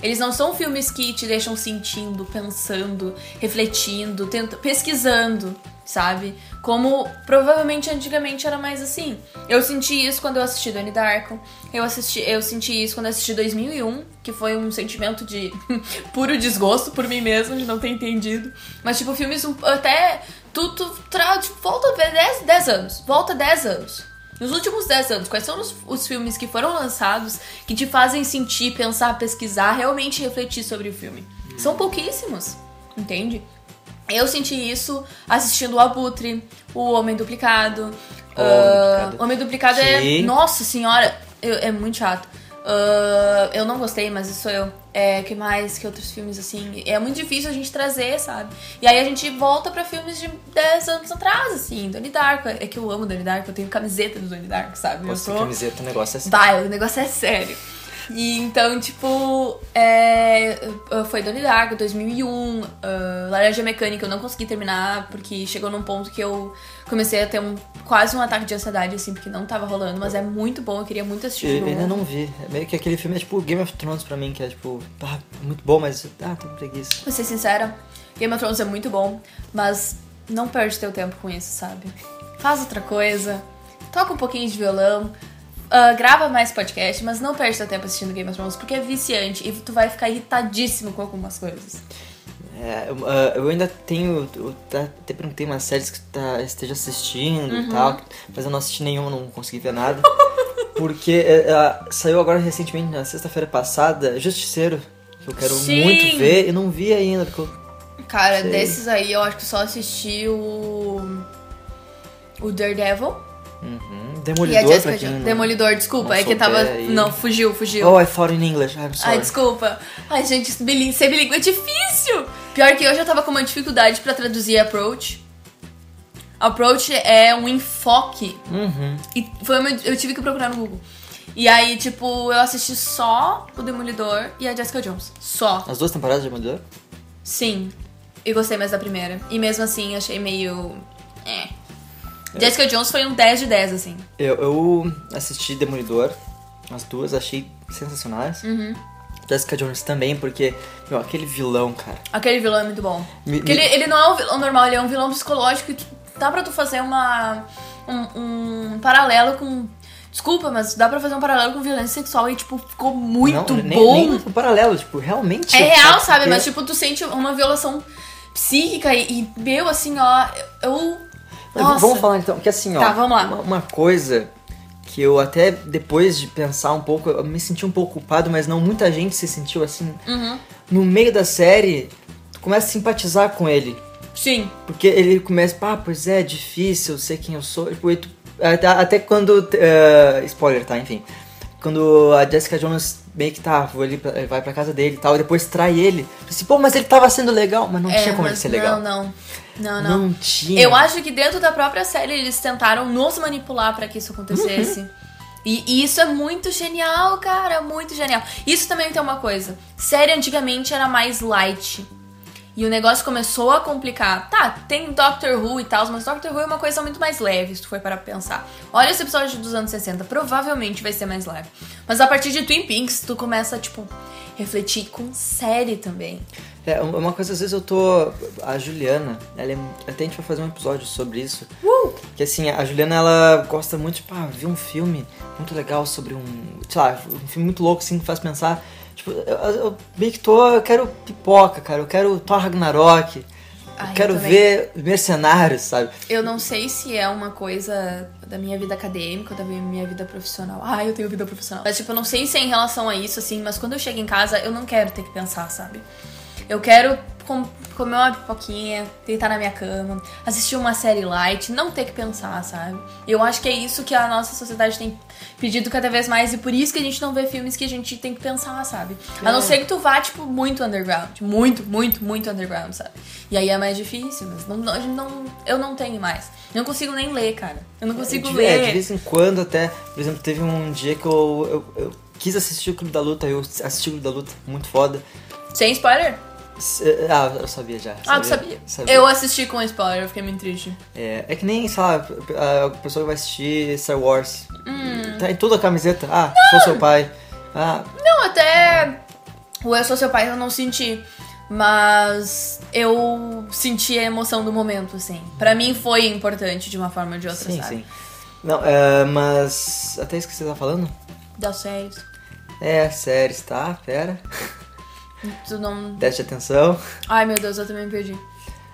S2: Eles não são filmes que te deixam sentindo, pensando, refletindo, tenta, pesquisando, sabe? Como provavelmente antigamente era mais assim. Eu senti isso quando eu assisti Donnie Darko. Eu, assisti, eu senti isso quando eu assisti 2001, que foi um sentimento de <laughs> puro desgosto por mim mesmo de não ter entendido. Mas, tipo, filmes um- até. Tu, tu tra- tipo, volta a ver 10, 10 anos. Volta 10 anos. Nos últimos 10 anos, quais são os, os filmes que foram lançados que te fazem sentir, pensar, pesquisar, realmente refletir sobre o filme? São pouquíssimos, entende? Eu senti isso assistindo o Abutre, o Homem Duplicado.
S1: O
S2: ah, Homem
S1: Homem
S2: Duplicado, é.
S1: Que-
S2: Nossa senhora, eu- é muito chato. Ah, eu não gostei, mas isso sou eu. É, que mais, que outros filmes assim. É muito difícil a gente trazer, sabe? E aí a gente volta pra filmes de 10 anos atrás, assim. Donnie Darko. É que eu amo Donnie Darko, eu tenho camiseta do Donnie Darko, sabe? eu
S1: Pô, sem
S2: sou-
S1: camiseta, o negócio é assim.
S2: Vai, o negócio é sério. E então, tipo, é, uh, foi Donnie Darko, 2001, uh, Laranja Mecânica, eu não consegui terminar, porque chegou num ponto que eu comecei a ter um, quase um ataque de ansiedade, assim, porque não tava rolando, mas é muito bom, eu queria muito assistir de
S1: Eu
S2: novo.
S1: ainda não vi. É meio que aquele filme é tipo Game of Thrones pra mim, que é tipo, ah, muito bom, mas ah, tô com preguiça.
S2: Pra ser sincera, Game of Thrones é muito bom, mas não perde teu tempo com isso, sabe? Faz outra coisa, toca um pouquinho de violão, ah, grava mais podcast, mas não perde teu tempo assistindo Game of Thrones, porque é viciante e tu vai ficar irritadíssimo com algumas coisas.
S1: É, eu, ah, eu ainda tenho. Eu tá- até perguntei umas séries que tu tá, esteja assistindo
S2: Uhum.
S1: e tal, mas eu não assisti nenhuma, não consegui ver
S2: <laughs>
S1: nada. Porque é, ah, saiu agora recentemente, na sexta-feira passada, Justiceiro, que eu quero
S2: Sim!
S1: muito ver e não vi ainda, porque eu
S2: Cara,
S1: Sei.
S2: desses aí eu acho que só assisti o. O Daredevil
S1: Uhum.
S2: e a
S1: Demolidor
S2: Jessica
S1: pra quem
S2: Jones.
S1: não-
S2: Demolidor, desculpa,
S1: não
S2: é que
S1: souber
S2: tava.
S1: aí.
S2: Não, fugiu, fugiu.
S1: Oh, I thought in English. I'm sorry.
S2: Ai, desculpa. Ai, gente, isso bilí- ser bilíngue é difícil. Pior que hoje eu tava com uma dificuldade pra traduzir approach. Approach é um enfoque.
S1: Uhum.
S2: E foi uma- eu tive que procurar no Google. E aí, tipo, eu assisti só o Demolidor e a Jessica Jones. Só.
S1: As duas temporadas de Demolidor?
S2: Sim. E gostei mais da primeira. E mesmo assim, achei meio. É. Jessica Jones foi um 10 de 10, assim.
S1: Eu, eu assisti Demolidor, as duas, achei sensacionais.
S2: Uhum.
S1: Jessica Jones também, porque, meu, aquele vilão, cara.
S2: Aquele vilão é muito bom.
S1: Me-
S2: Porque
S1: me-
S2: Ele, ele não é um vilão normal, ele é um vilão psicológico que dá pra tu fazer uma. Um, um paralelo com. Desculpa, mas dá pra fazer um paralelo com violência sexual e, tipo, ficou muito
S1: Não, nem-
S2: bom.
S1: Nem, um paralelo, tipo, realmente.
S2: É real, sabe?
S1: porque-
S2: Mas, tipo, tu sente uma violação psíquica e, e meu, assim, ó, eu.
S1: Mas
S2: Nossa.
S1: Vamos falar então, que assim, ó.
S2: Tá, vamos lá.
S1: Uma, uma coisa que eu até depois de pensar um pouco, eu me senti um pouco culpado, mas não muita gente se sentiu assim.
S2: Uhum.
S1: No meio da série, tu começa a simpatizar com ele.
S2: Sim.
S1: Porque ele começa, ah, pois é, difícil, eu sei quem eu sou. Tipo, e tu- até, até quando. eh, spoiler, tá? Enfim. Quando a Jessica Jones meio que tá, vou ali pra- eh, vai pra casa dele e tal, e depois trai ele. Tu Assim, Pô, mas ele tava sendo legal. Mas não
S2: é,
S1: tinha como ele
S2: mas
S1: ser legal.
S2: Não, não. Não, não.
S1: tinha.
S2: Eu acho que dentro da própria série eles tentaram nos manipular pra que isso acontecesse. E, e isso é muito genial, cara, muito genial. Isso também tem uma coisa. Série antigamente era mais light. E o negócio começou a complicar. Tá, tem Doctor Who e tal, mas Doctor Who é uma coisa muito mais leve, se tu for para pensar. Olha esse episódio dos anos 60, provavelmente vai ser mais leve. Mas a partir de Twin Peaks, tu começa, tipo, refletir com série também.
S1: É, uma coisa, às vezes eu tô. A Juliana, ela é. Até a gente vai fazer um episódio sobre isso.
S2: Uh!
S1: Que assim, a Juliana ela gosta muito, tipo, ah, vi um filme muito legal sobre um. Sei lá, um filme muito louco assim que faz pensar. Tipo, eu, eu meio que tô. Eu quero pipoca, cara. Eu quero Thor Ragnarok.
S2: Ah, eu
S1: eu quero
S2: também.
S1: ver Mercenários, sabe?
S2: Eu não sei se é uma coisa da minha vida acadêmica ou da minha vida profissional. Ah, eu tenho vida profissional. Mas, tipo, eu não sei se é em relação a isso, assim, mas quando eu chego em casa, eu não quero ter que pensar, sabe? Eu quero com- comer uma pipoquinha, deitar na minha cama, assistir uma série light, não ter que pensar, sabe? Eu acho que é isso que a nossa sociedade tem pedido cada vez mais e por isso que a gente não vê filmes que a gente tem que pensar, sabe? A não
S1: É.
S2: ser que tu vá, tipo, muito underground. Muito, muito, muito underground, sabe? E aí é mais difícil, mas não, não- a gente não- eu não tenho mais. Eu não consigo nem ler, cara. Eu não consigo
S1: de,
S2: ler.
S1: é, de vez em quando até. Por exemplo, teve um dia que eu, eu, eu quis assistir o Clube da Luta. Eu assisti o Clube da Luta, muito foda.
S2: Sem spoiler?
S1: S- Ah, eu sabia já.
S2: ah, tu sabia? Eu assisti com spoiler, eu fiquei muito triste.
S1: É, é que nem, sei lá, a pessoa que vai assistir Star Wars. Tá em toda a camiseta. Ah, sou seu pai. Ah,
S2: Não, até o Eu Sou Seu Pai eu não senti. Mas eu senti a emoção do momento, assim. Pra mim foi importante de uma forma ou de outra,
S1: sim,
S2: sabe?
S1: sim. Não, é, mas. Até esqueci o que você tá falando.
S2: Das séries.
S1: É, séries, tá? Pera.
S2: Tu não.
S1: Preste atenção.
S2: Ai meu Deus, eu também me perdi.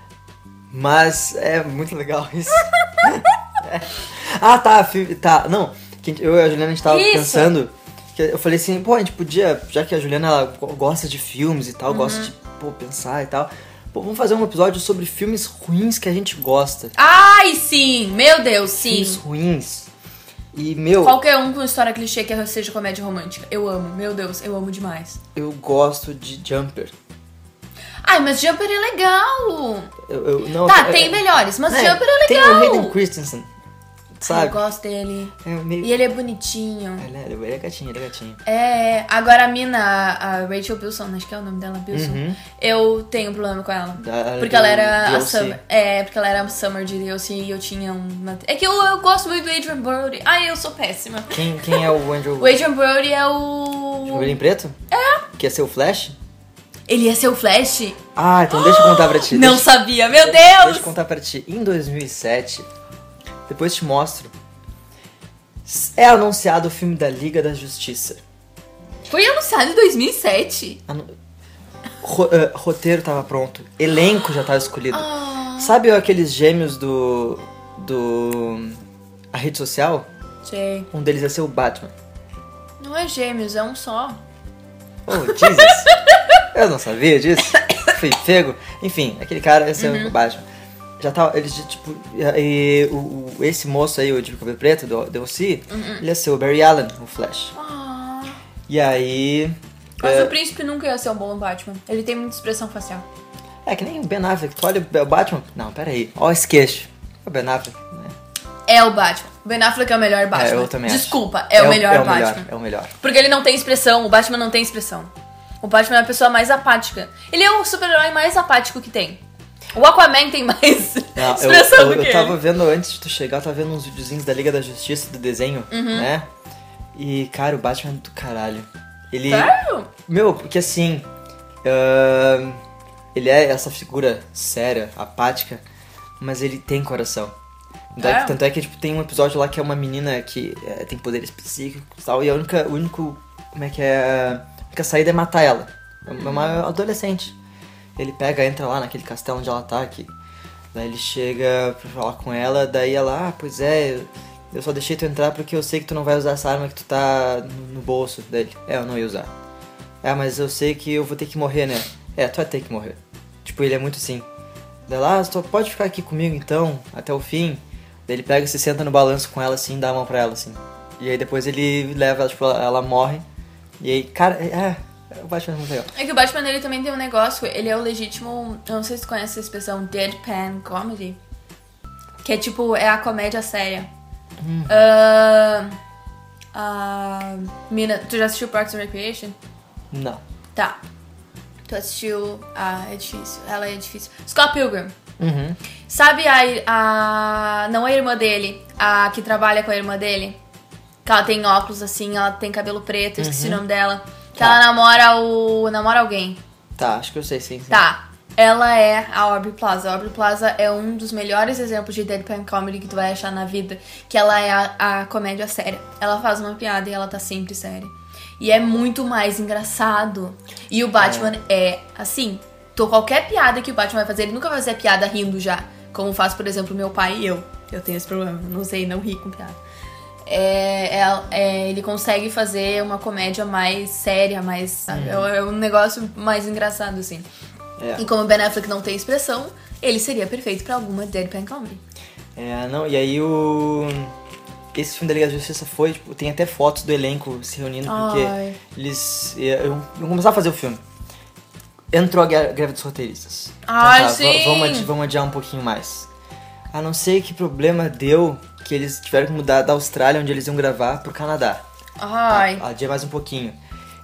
S1: <laughs> Mas é muito legal isso. Ah, tá, fi- tá. Não, que eu e a Juliana a gente tava
S2: Isso.
S1: pensando. que eu falei assim, pô, a gente podia, já que a Juliana ela go- gosta de filmes e tal, gosta
S2: Uhum.
S1: de pô, pensar e tal. Pô, vamos fazer um episódio sobre filmes ruins que a gente gosta.
S2: Ai, sim! Meu Deus,
S1: Filmes
S2: sim!
S1: ruins. E, meu,
S2: Qualquer um com história clichê que seja comédia romântica. Eu amo, meu Deus, eu amo demais.
S1: eu gosto de Jumper.
S2: Ai, mas Jumper é legal!
S1: Eu, eu- não,
S2: Tá,
S1: eu-
S2: tem melhores, mas
S1: né,
S2: Jumper é
S1: Tem
S2: legal!
S1: o Hayden Christensen,
S2: Ai, eu
S1: sabe?
S2: gosto dele.
S1: É meio...
S2: E ele é bonitinho.
S1: Ele é- ele é gatinho, ele é gatinho.
S2: É, agora a mina, a a Rachel Bilson, acho que é o nome dela, Bilson.
S1: Uhum.
S2: Eu tenho um problema com ela.
S1: Da- ela um
S2: porque
S1: do
S2: ela era a
S1: DLC.
S2: Summer. É, porque ela era a Summer de DLC e eu tinha uma. É que eu, eu gosto muito do Adrian Brody. Ai, eu sou péssima.
S1: Quem, quem é o Andrew...
S2: O Adrian Brody é o.
S1: Cabelo em preto? É. Que ia ser o Flash?
S2: Ele ia ser o Flash?
S1: Ah, então deixa eu contar pra ti.
S2: Não
S1: deixa,
S2: sabia, meu
S1: Deixa eu
S2: Deus!
S1: contar pra ti. Em 2007, depois te mostro, é anunciado o filme da Liga da Justiça.
S2: Foi anunciado em 2007.
S1: Anu- Ro- eh, roteiro tava pronto, elenco já tava escolhido.
S2: Ah.
S1: Sabe aqueles gêmeos do... do... A rede social?
S2: Sei.
S1: Um deles ia ser o Batman.
S2: Não é Gêmeos, é um só.
S1: Oh, Jesus! Eu não sabia disso. Fui pego. Enfim, aquele cara, esse
S2: Uhum.
S1: é o Batman. Já tava, eles, tipo, e, o, o- esse moço aí, o de cabelo preto, do DLC,
S2: Uhum.
S1: ele ia ser o Barry Allen, o Flash.
S2: Ah.
S1: E aí...
S2: Mas
S1: é,
S2: o príncipe nunca ia ser um bom Batman. Ele tem muita expressão facial.
S1: é que nem o Ben Affleck, tu olha o Batman... Não, peraí, ó esse queixo. É o Ben Affleck, né?
S2: É o Batman. O Ben Affleck é o melhor Batman.
S1: É, eu também acho.
S2: Desculpa, é, o melhor
S1: é o
S2: Batman.
S1: Melhor, é o melhor.
S2: Porque ele não tem expressão, o Batman não tem expressão. O Batman é a pessoa mais apática. Ele é o super-herói mais apático que tem. O Aquaman tem mais
S1: Não, Ah, eu,
S2: <laughs> expressão
S1: eu-
S2: do que
S1: eu
S2: ele.
S1: tava vendo antes de tu chegar, eu tava vendo uns videozinhos da Liga da Justiça, do desenho,
S2: Uhum.
S1: né? E, cara, o Batman é do caralho. Ele.
S2: Sério?
S1: Meu, porque assim. ahn, ele é essa figura séria, apática, mas ele tem coração. Tanto é,
S2: É?
S1: que- tanto é que tipo, tem um episódio lá que é uma menina que é, tem poderes psíquicos e tal, e a única. O único. Como é que é. A única saída é matar ela. É uma- uma adolescente. Ele pega, entra lá naquele castelo onde ela tá, que Daí ele chega pra falar com ela, daí ela, ah, pois é, eu- eu só deixei tu entrar porque eu sei que tu não vai usar essa arma que tu tá no, no bolso dele. É, eu não ia usar. Ah, mas eu sei que eu vou ter que morrer, né? É, tu vai ter que morrer. Tipo, ele é muito assim. Daí ela, ah, tu pode ficar aqui comigo então, até o fim. Daí ele pega e se senta no balanço com ela assim, dá a mão pra ela assim. E aí depois ele leva ela, tipo, ela, ela morre. E aí, cara, é, é, o Batman é muito legal.
S2: É que o Batman ele também tem um negócio, ele é o legítimo. Eu não sei se tu conhece essa expressão, deadpan comedy. Que é tipo, é a comédia séria. Ah, ah, mina, tu já assistiu Parks and Recreation?
S1: Não.
S2: Tá. Tu assistiu. Ah, é difícil. Ela é difícil. Scott Pilgrim.
S1: Uhum.
S2: Sabe a, ir- a. Não a irmã dele, a que trabalha com a irmã dele? Que ela tem óculos assim, ela tem cabelo preto, eu esqueci o nome dela. Que
S1: Tá.
S2: ela namora o. namora alguém.
S1: Tá, acho que eu sei, sim. sim.
S2: Tá. Ela é a Aubrey Plaza. A Aubrey Plaza é um dos melhores exemplos de deadpan comedy que tu vai achar na vida. Que ela é a, a comédia séria. Ela faz uma piada e ela tá sempre séria. E é muito mais engraçado. E o Batman é, assim. Tô qualquer piada que o Batman vai fazer, ele nunca vai fazer a piada rindo já. Como faz, por exemplo, meu pai e eu. Eu tenho esse problema. eu Não sei, não ri com piada. É, é- é, ele consegue fazer uma comédia mais séria, mais. sabe? É um negócio mais engraçado, assim.
S1: É.
S2: E como o Ben Affleck não tem expressão, ele seria perfeito pra alguma deadpan comedy.
S1: É, não, e aí o. Esse filme da Liga da Justiça foi, tipo, tem até fotos do elenco se reunindo, porque
S2: Ai.
S1: eles iam, iam começar a fazer o filme. Entrou a gra- greve dos roteiristas. Então tá,
S2: Ai,
S1: va-
S2: sim!
S1: Vamos, adi- vamos adiar um pouquinho mais. A não sei que problema deu que eles tiveram que mudar da Austrália, onde eles iam gravar, pro Canadá.
S2: Ai.
S1: Adiar mais um pouquinho.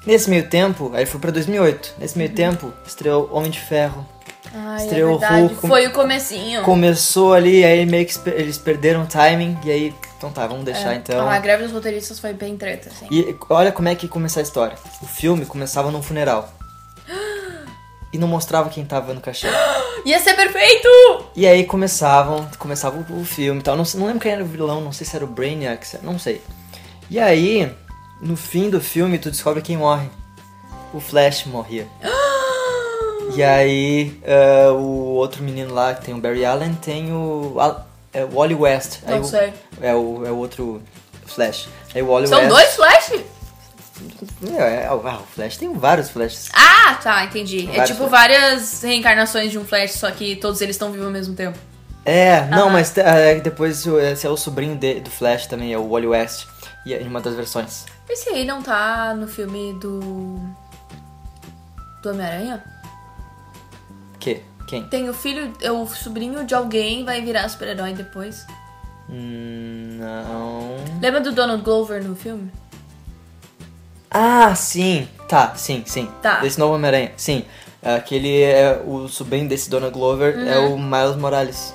S1: Nesse meio tempo, aí foi pra 2008. Nesse
S2: Uhum.
S1: meio tempo, estreou Homem de Ferro,
S2: Ai,
S1: Estreou
S2: é verdade.
S1: Hulk.
S2: Foi o comecinho.
S1: começou ali, aí meio que espe- eles perderam o timing, e aí, então tá, vamos deixar então.
S2: Ah, a greve dos roteiristas foi bem treta, assim. <gasps>
S1: E olha como é que começa a história. O filme começava num funeral. E não mostrava quem tava no caixão.
S2: Ia ser perfeito! <gasps>
S1: E aí começavam, começava o- o filme e tal. Não, não lembro quem era o vilão, não sei se era o Brainiac, se- não sei. E aí, no fim do filme, tu descobre quem morre. O Flash morria. eh, E aí, ah, o outro menino lá, que tem o Barry Allen, tem o... Al- é o Wally West.
S2: Não
S1: o-
S2: sei.
S1: é, o, é o outro Flash. Aí o Wally
S2: São
S1: West.
S2: dois Flash?
S1: Meu, é- ah, o Flash tem vários Flashes.
S2: Ah, tá, entendi. é
S1: Vários
S2: tipo
S1: Flash.
S2: várias reencarnações de um Flash, só que todos eles estão vivos ao mesmo tempo.
S1: É, não,
S2: Aham.
S1: mas é, depois o- esse é o sobrinho de- do Flash também, é o Wally West. E é em uma das versões.
S2: Esse aí não tá no filme do. Do Homem-Aranha?
S1: Que? Quem?
S2: Tem o filho, é o sobrinho de alguém vai virar super-herói depois.
S1: Hum, Não.
S2: Lembra do Donald Glover no filme?
S1: Ah, sim! Tá, sim, sim.
S2: Tá.
S1: Desse novo Homem-Aranha, sim. Aquele é o sobrinho desse Donald Glover, é
S2: Uhum.
S1: o Miles Morales.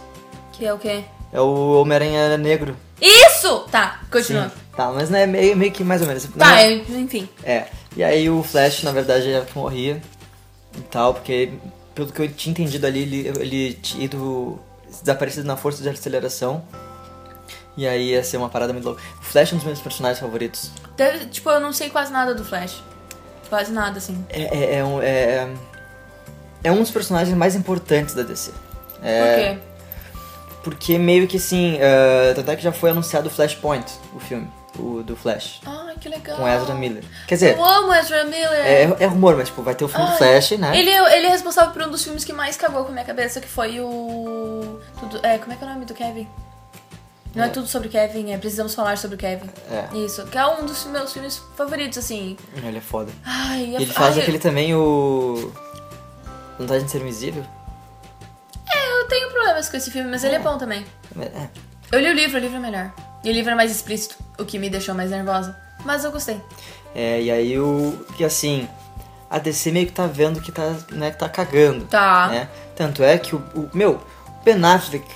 S2: Que é o quê?
S1: É o Homem-Aranha Negro.
S2: Isso! Tá, continua.
S1: Sim. Tá, mas né, meio, meio que mais ou menos. Não,
S2: Tá, eu- enfim.
S1: É, e aí o Flash, na verdade, ele morria e tal, porque pelo que eu tinha entendido ali, ele, ele tinha ido desaparecido na força de aceleração. E aí ia ser uma parada muito louca. O Flash é um dos meus personagens favoritos.
S2: Deve- tipo, eu não sei quase nada do Flash. Quase nada, assim.
S1: É, é, é um, é, é um dos personagens mais importantes da DC. É,
S2: Por quê?
S1: Porque meio que assim, eh, tanto é que já foi anunciado o Flashpoint, o filme, o do Flash,
S2: Ai, que legal.
S1: com Ezra Miller. Quer dizer,
S2: Eu amo Ezra Miller.
S1: é, é rumor, mas tipo, vai ter o filme do
S2: Ai,
S1: Flash, né?
S2: Ele, é- ele é responsável por um dos filmes que mais cagou com a minha cabeça, que foi o. Tudo, é, como é que é o nome do Kevin? Não é,
S1: É.
S2: tudo sobre o Kevin, é Precisamos Falar sobre o Kevin.
S1: É.
S2: Isso, que é um dos meus filmes favoritos, assim.
S1: Ele é foda.
S2: Ai,
S1: E
S2: eu-
S1: ele faz
S2: ai,
S1: aquele também o. Vantagem de ser invisível?
S2: Eu tenho problemas com esse filme, mas ele é bom também.
S1: É.
S2: Eu li o livro, o livro é melhor. E o livro é mais explícito, o que me deixou mais nervosa. Mas eu gostei.
S1: É, e aí o. Que assim. A DC meio que tá vendo que tá, né, que tá cagando.
S2: Tá.
S1: Né? Tanto é que o, o- Meu, o Ben Affleck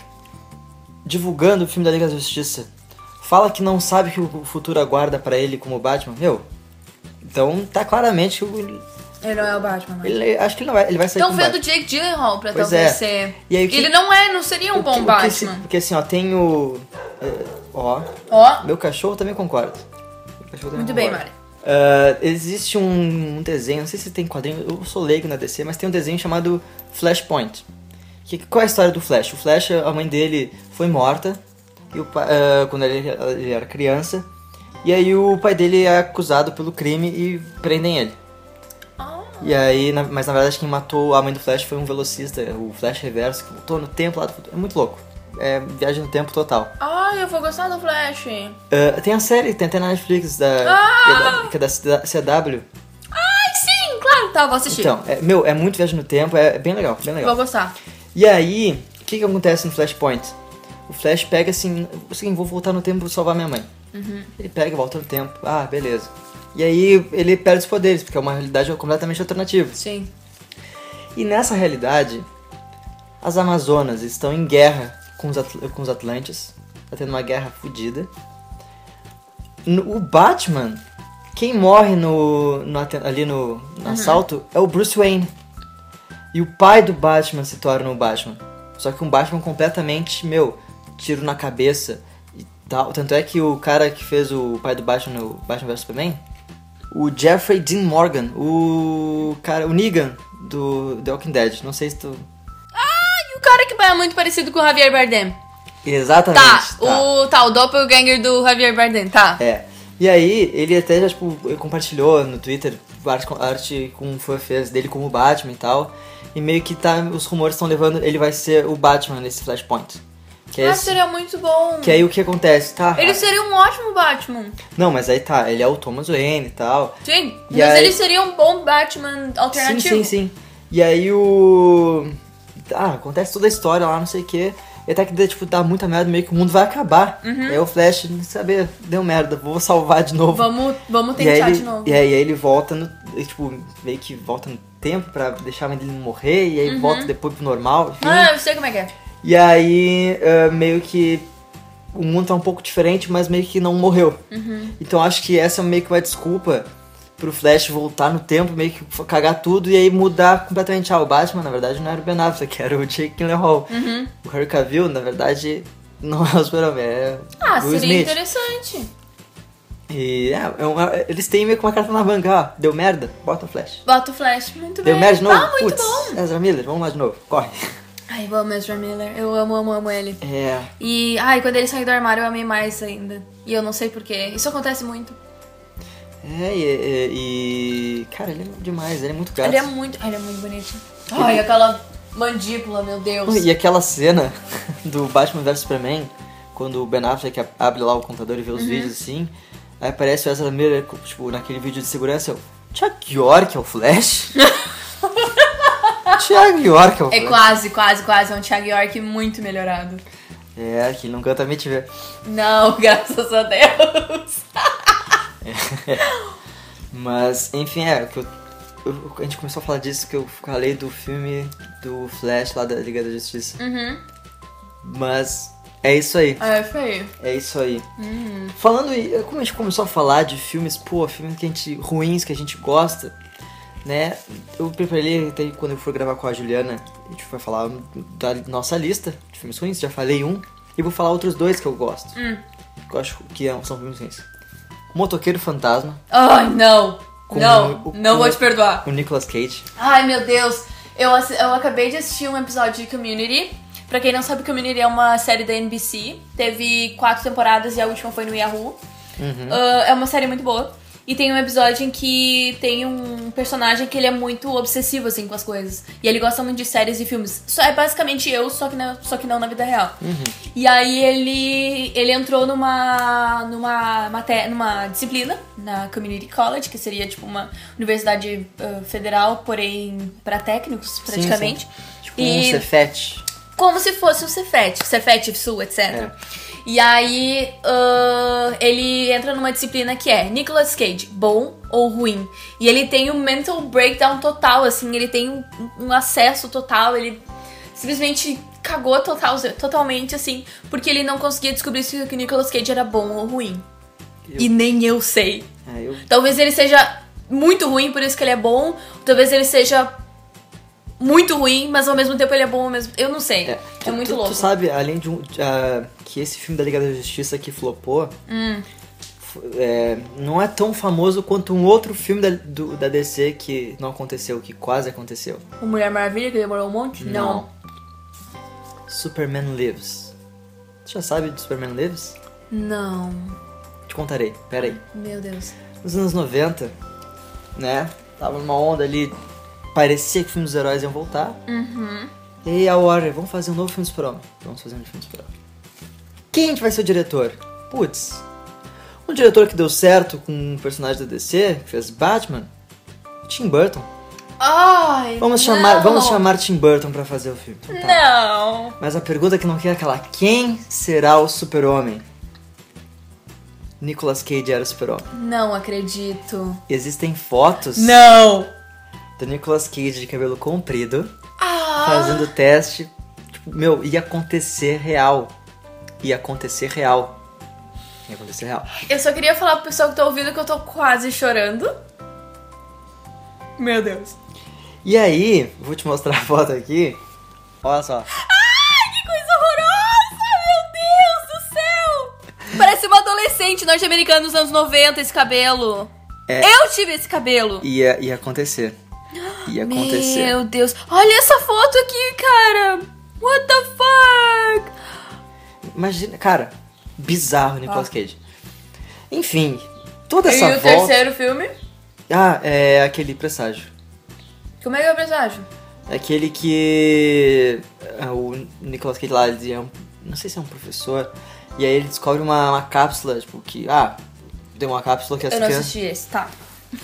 S1: divulgando o filme da Liga da Justiça. Fala que não sabe o que o futuro aguarda pra ele como Batman. Meu. Então tá claramente que o.
S2: Ele não é o Batman, mas.
S1: Ele, acho que ele não vai. Ele vai sair
S2: Estão
S1: como
S2: vendo o
S1: Batman.
S2: Jake Gyllenhaal pra
S1: Pois
S2: talvez
S1: é.
S2: ser.
S1: E aí, o que-
S2: Ele não é, não seria um
S1: O que-
S2: bom
S1: o que se-
S2: Batman.
S1: Porque assim, ó, tem o. é, Ó.
S2: Ó,
S1: Meu cachorro também concorda. Meu cachorro também
S2: Muito bem,
S1: concorda.
S2: Mari.
S1: Ah, existe um, um desenho, não sei se tem quadrinho, eu sou leigo na DC, mas tem um desenho chamado Flashpoint. Que, qual é a história do Flash? O Flash, a mãe dele foi morta e o pa- ah, quando ele, ele era criança. E aí o pai dele é acusado pelo crime e prendem ele.
S2: Ah.
S1: E aí, na- mas na verdade quem matou a mãe do Flash foi um velocista, o Flash Reverso, que voltou no tempo lá do futuro. É muito louco. É viagem no tempo total.
S2: Ai, eu vou gostar do Flash.
S1: Uh, tem a série, tem até na Netflix, da, que é da, que é da CW.
S2: Ai, sim, claro. Tá, vou assistir.
S1: Então, é- meu, é muito viagem no tempo, é, é bem legal, bem legal.
S2: Vou gostar.
S1: E aí, o que, que acontece no Flashpoint? O Flash pega assim, assim, vou voltar no tempo pra salvar minha mãe. Ele pega, volta no tempo, ah, beleza. E aí ele perde os poderes, porque é uma realidade completamente alternativa.
S2: Sim.
S1: E nessa realidade, as Amazonas estão em guerra com os, Atl com os Atlantes. Tá tendo uma guerra fodida. No- O Batman, quem morre no, no aten- ali no, no assalto é o Bruce Wayne. E o pai do Batman se torna o Batman. Só que um Batman completamente, meu, tiro na cabeça e tal. Tanto é que o cara que fez o pai do Batman no Batman vs Superman, o Jeffrey Dean Morgan, o cara, o Negan do The Walking Dead. Não sei se tu.
S2: Ai, o cara que é muito parecido com o Javier Bardem.
S1: Exatamente.
S2: Tá, o tá, o doppelganger do Javier Bardem, tá.
S1: É. E aí, ele até já, tipo, compartilhou no Twitter arte com, arte com um fã fez dele como Batman e tal. E meio que tá, os rumores estão levando, ele vai ser o Batman nesse Flashpoint. Que, é
S2: Ah,
S1: esse-
S2: seria muito bom.
S1: que aí o que acontece, tá?
S2: Ele seria um ótimo Batman.
S1: Não, mas aí tá, ele é o Thomas Wayne e tal.
S2: Sim,
S1: E
S2: mas
S1: aí-
S2: ele seria um bom Batman alternativo.
S1: Sim, sim, sim. E aí o. Ah, acontece toda a história lá, não sei o quê. E até que dá, tipo, dá muita merda, meio que o mundo vai acabar.
S2: Uhum.
S1: E aí o Flash, não saber, deu merda, vou salvar de novo.
S2: Vamos, vamos
S1: E aí,
S2: tentar
S1: ele,
S2: de novo.
S1: e aí ele volta no. e, Tipo, meio que volta no tempo pra deixar a mãe dele não morrer. E aí volta depois pro normal. enfim.
S2: Uhum. Ah, eu sei como é que é.
S1: E aí ah, meio que. O mundo tá um pouco diferente, mas meio que não morreu.
S2: Uhum.
S1: Então acho que essa é meio que uma desculpa pro Flash voltar no tempo, meio que cagar tudo e aí mudar completamente. Ah, o Batman, na verdade, não era o Ben Affleck, <laughs> era o Jake Gyllenhaal.
S2: Uhum.
S1: O Harry Cavill, na verdade, não é o Superman, é
S2: Ah,
S1: o
S2: seria
S1: Smith.
S2: interessante.
S1: E é, é uma- eles têm meio que uma carta na banca, ó, deu merda, bota o flash.
S2: Bota o Flash, muito
S1: Deu
S2: bem.
S1: merda de novo?
S2: Ah, muito
S1: Putz,
S2: bom.
S1: Ezra Miller, vamos lá de novo, corre.
S2: Ai, Ai, eu amo Ezra Miller. Eu amo, amo, amo ele.
S1: É.
S2: E, ai, quando ele saiu do armário, eu amei mais ainda. E eu não sei porquê. Isso acontece muito.
S1: É, e, e- e- Cara, ele é demais, ele é muito gato.
S2: Ele é muito. Ai, ele é muito bonito. Ai, aquela mandíbula, meu Deus.
S1: E aquela cena <laughs> do Batman vs Superman, quando o Ben Affleck ab- abre lá o computador e vê
S2: Uhum.
S1: os vídeos assim, aí aparece o Ezra Miller, co- tipo, naquele vídeo de segurança, eu, Chuck York é o
S2: <laughs>
S1: Flash? Chuck York é o
S2: É
S1: Flash?
S2: quase, quase, quase. É um Thiago York muito melhorado.
S1: É, que ele não canta me te ver.
S2: Não, <laughs> graças a Deus.
S1: Mas, enfim, é, o que eu, eu- a gente começou a falar disso, que eu falei do filme do Flash lá da Liga da Justiça.
S2: Uhum.
S1: Mas, é isso aí.
S2: É feio.
S1: É isso aí.
S2: Uhum.
S1: Falando em. é, Como a gente começou a falar de filmes, pô, filmes que a gente, ruins que a gente gosta, né? Eu preparei até quando eu for gravar com a Juliana, a gente vai falar da nossa lista de filmes ruins, já falei um, e vou falar outros dois que eu gosto.
S2: Hum.
S1: Que eu acho que é um, são filmes ruins. Motoqueiro Fantasma,
S2: Ai, não.
S1: Com
S2: não,
S1: o-
S2: não
S1: o-
S2: vou te perdoar.
S1: o Nicolas Cage.
S2: Ai, meu Deus. Eu, assi- eu acabei de assistir um episódio de Community. Pra quem não sabe, Community é uma série da NBC. Teve quatro temporadas e a última foi no Yahoo.
S1: Uhum.
S2: Ah, é uma série muito boa. E tem um episódio em que tem um personagem que ele é muito obsessivo, assim, com as coisas. E ele gosta muito de séries e filmes. Só é basicamente eu, só que, na- só que não na vida real.
S1: Uhum.
S2: E aí ele, ele entrou numa, numa, maté- numa disciplina na Community College, que seria tipo uma universidade ah, federal, porém pra técnicos,
S1: sim.
S2: praticamente.
S1: Tipo um
S2: E-
S1: Cefete.
S2: como se fosse um Cefet, Cefet Sul, etc.
S1: É.
S2: E aí ahn, ele entra numa disciplina que é Nicolas Cage, bom ou ruim. E ele tem um mental breakdown total, assim, ele tem um, um acesso total, ele simplesmente cagou total, totalmente, assim, porque ele não conseguia descobrir se o Nicolas Cage era bom ou ruim.
S1: Eu-
S2: E nem eu sei.
S1: Ah, eu
S2: Talvez ele seja muito ruim, por isso que ele é bom. Talvez ele seja muito ruim, mas ao mesmo tempo ele é bom ao mesmo. Eu não sei. É,
S1: Tu-
S2: muito
S1: tu,
S2: louco.
S1: Tu sabe, além de um. de, ah, que esse filme da Liga da Justiça que flopou.
S2: Hum.
S1: f- é, não é tão famoso quanto um outro filme da, do- da DC que não aconteceu, que quase aconteceu.
S2: O Mulher Maravilha, que demorou um monte? Não.
S1: Superman Lives. Tu já sabe de Superman Lives?
S2: Não.
S1: Te contarei, peraí.
S2: Meu Deus.
S1: Nos anos 90, né? Tava numa onda ali. Parecia que o filme dos heróis iam voltar.
S2: Uhum.
S1: E a Warner, vamos fazer um novo filme de super-homem. Vamos fazer um filme de super-homem. Quem que vai ser o diretor? Putz. Um diretor que deu certo com um personagem da DC, que fez Batman, Tim Burton.
S2: Ai!
S1: Vamos
S2: não.
S1: chamar, vamos chamar Tim Burton pra fazer o filme. Então tá.
S2: Não!
S1: Mas a pergunta que não quer é aquela, quem será o super-homem? Nicolas Cage era o super-homem.
S2: Não acredito.
S1: Existem fotos
S2: Não!
S1: do Nicolas Cage de cabelo comprido,
S2: Ah!
S1: fazendo teste. Tipo, meu, ia acontecer real. Ia acontecer real. Ia acontecer real.
S2: Eu só queria falar pro pessoal que tá ouvindo que eu tô quase chorando. Meu Deus.
S1: E aí, vou te mostrar a foto aqui. Olha só.
S2: Que coisa horrorosa! Meu Deus do céu! Parece uma adolescente norte-americana dos anos 90 esse cabelo.
S1: É.
S2: Eu tive esse cabelo.
S1: Ia, ia acontecer. Ia acontecer.
S2: <gasps> Meu Deus. Olha essa foto aqui, cara. What the fuck?
S1: Imagina, cara, bizarro o Nicolas Cage. Enfim, toda essa
S2: e o
S1: volta.
S2: terceiro filme?
S1: Ah, é aquele presságio.
S2: Como é que é o presságio?
S1: É Aquele que. ah, O Nicolas Cage lá, ele é um. Não sei se é um professor. E aí ele descobre uma, uma cápsula, tipo, que. Ah, tem uma cápsula que as
S2: Eu não
S1: crianças.
S2: assisti esse, tá.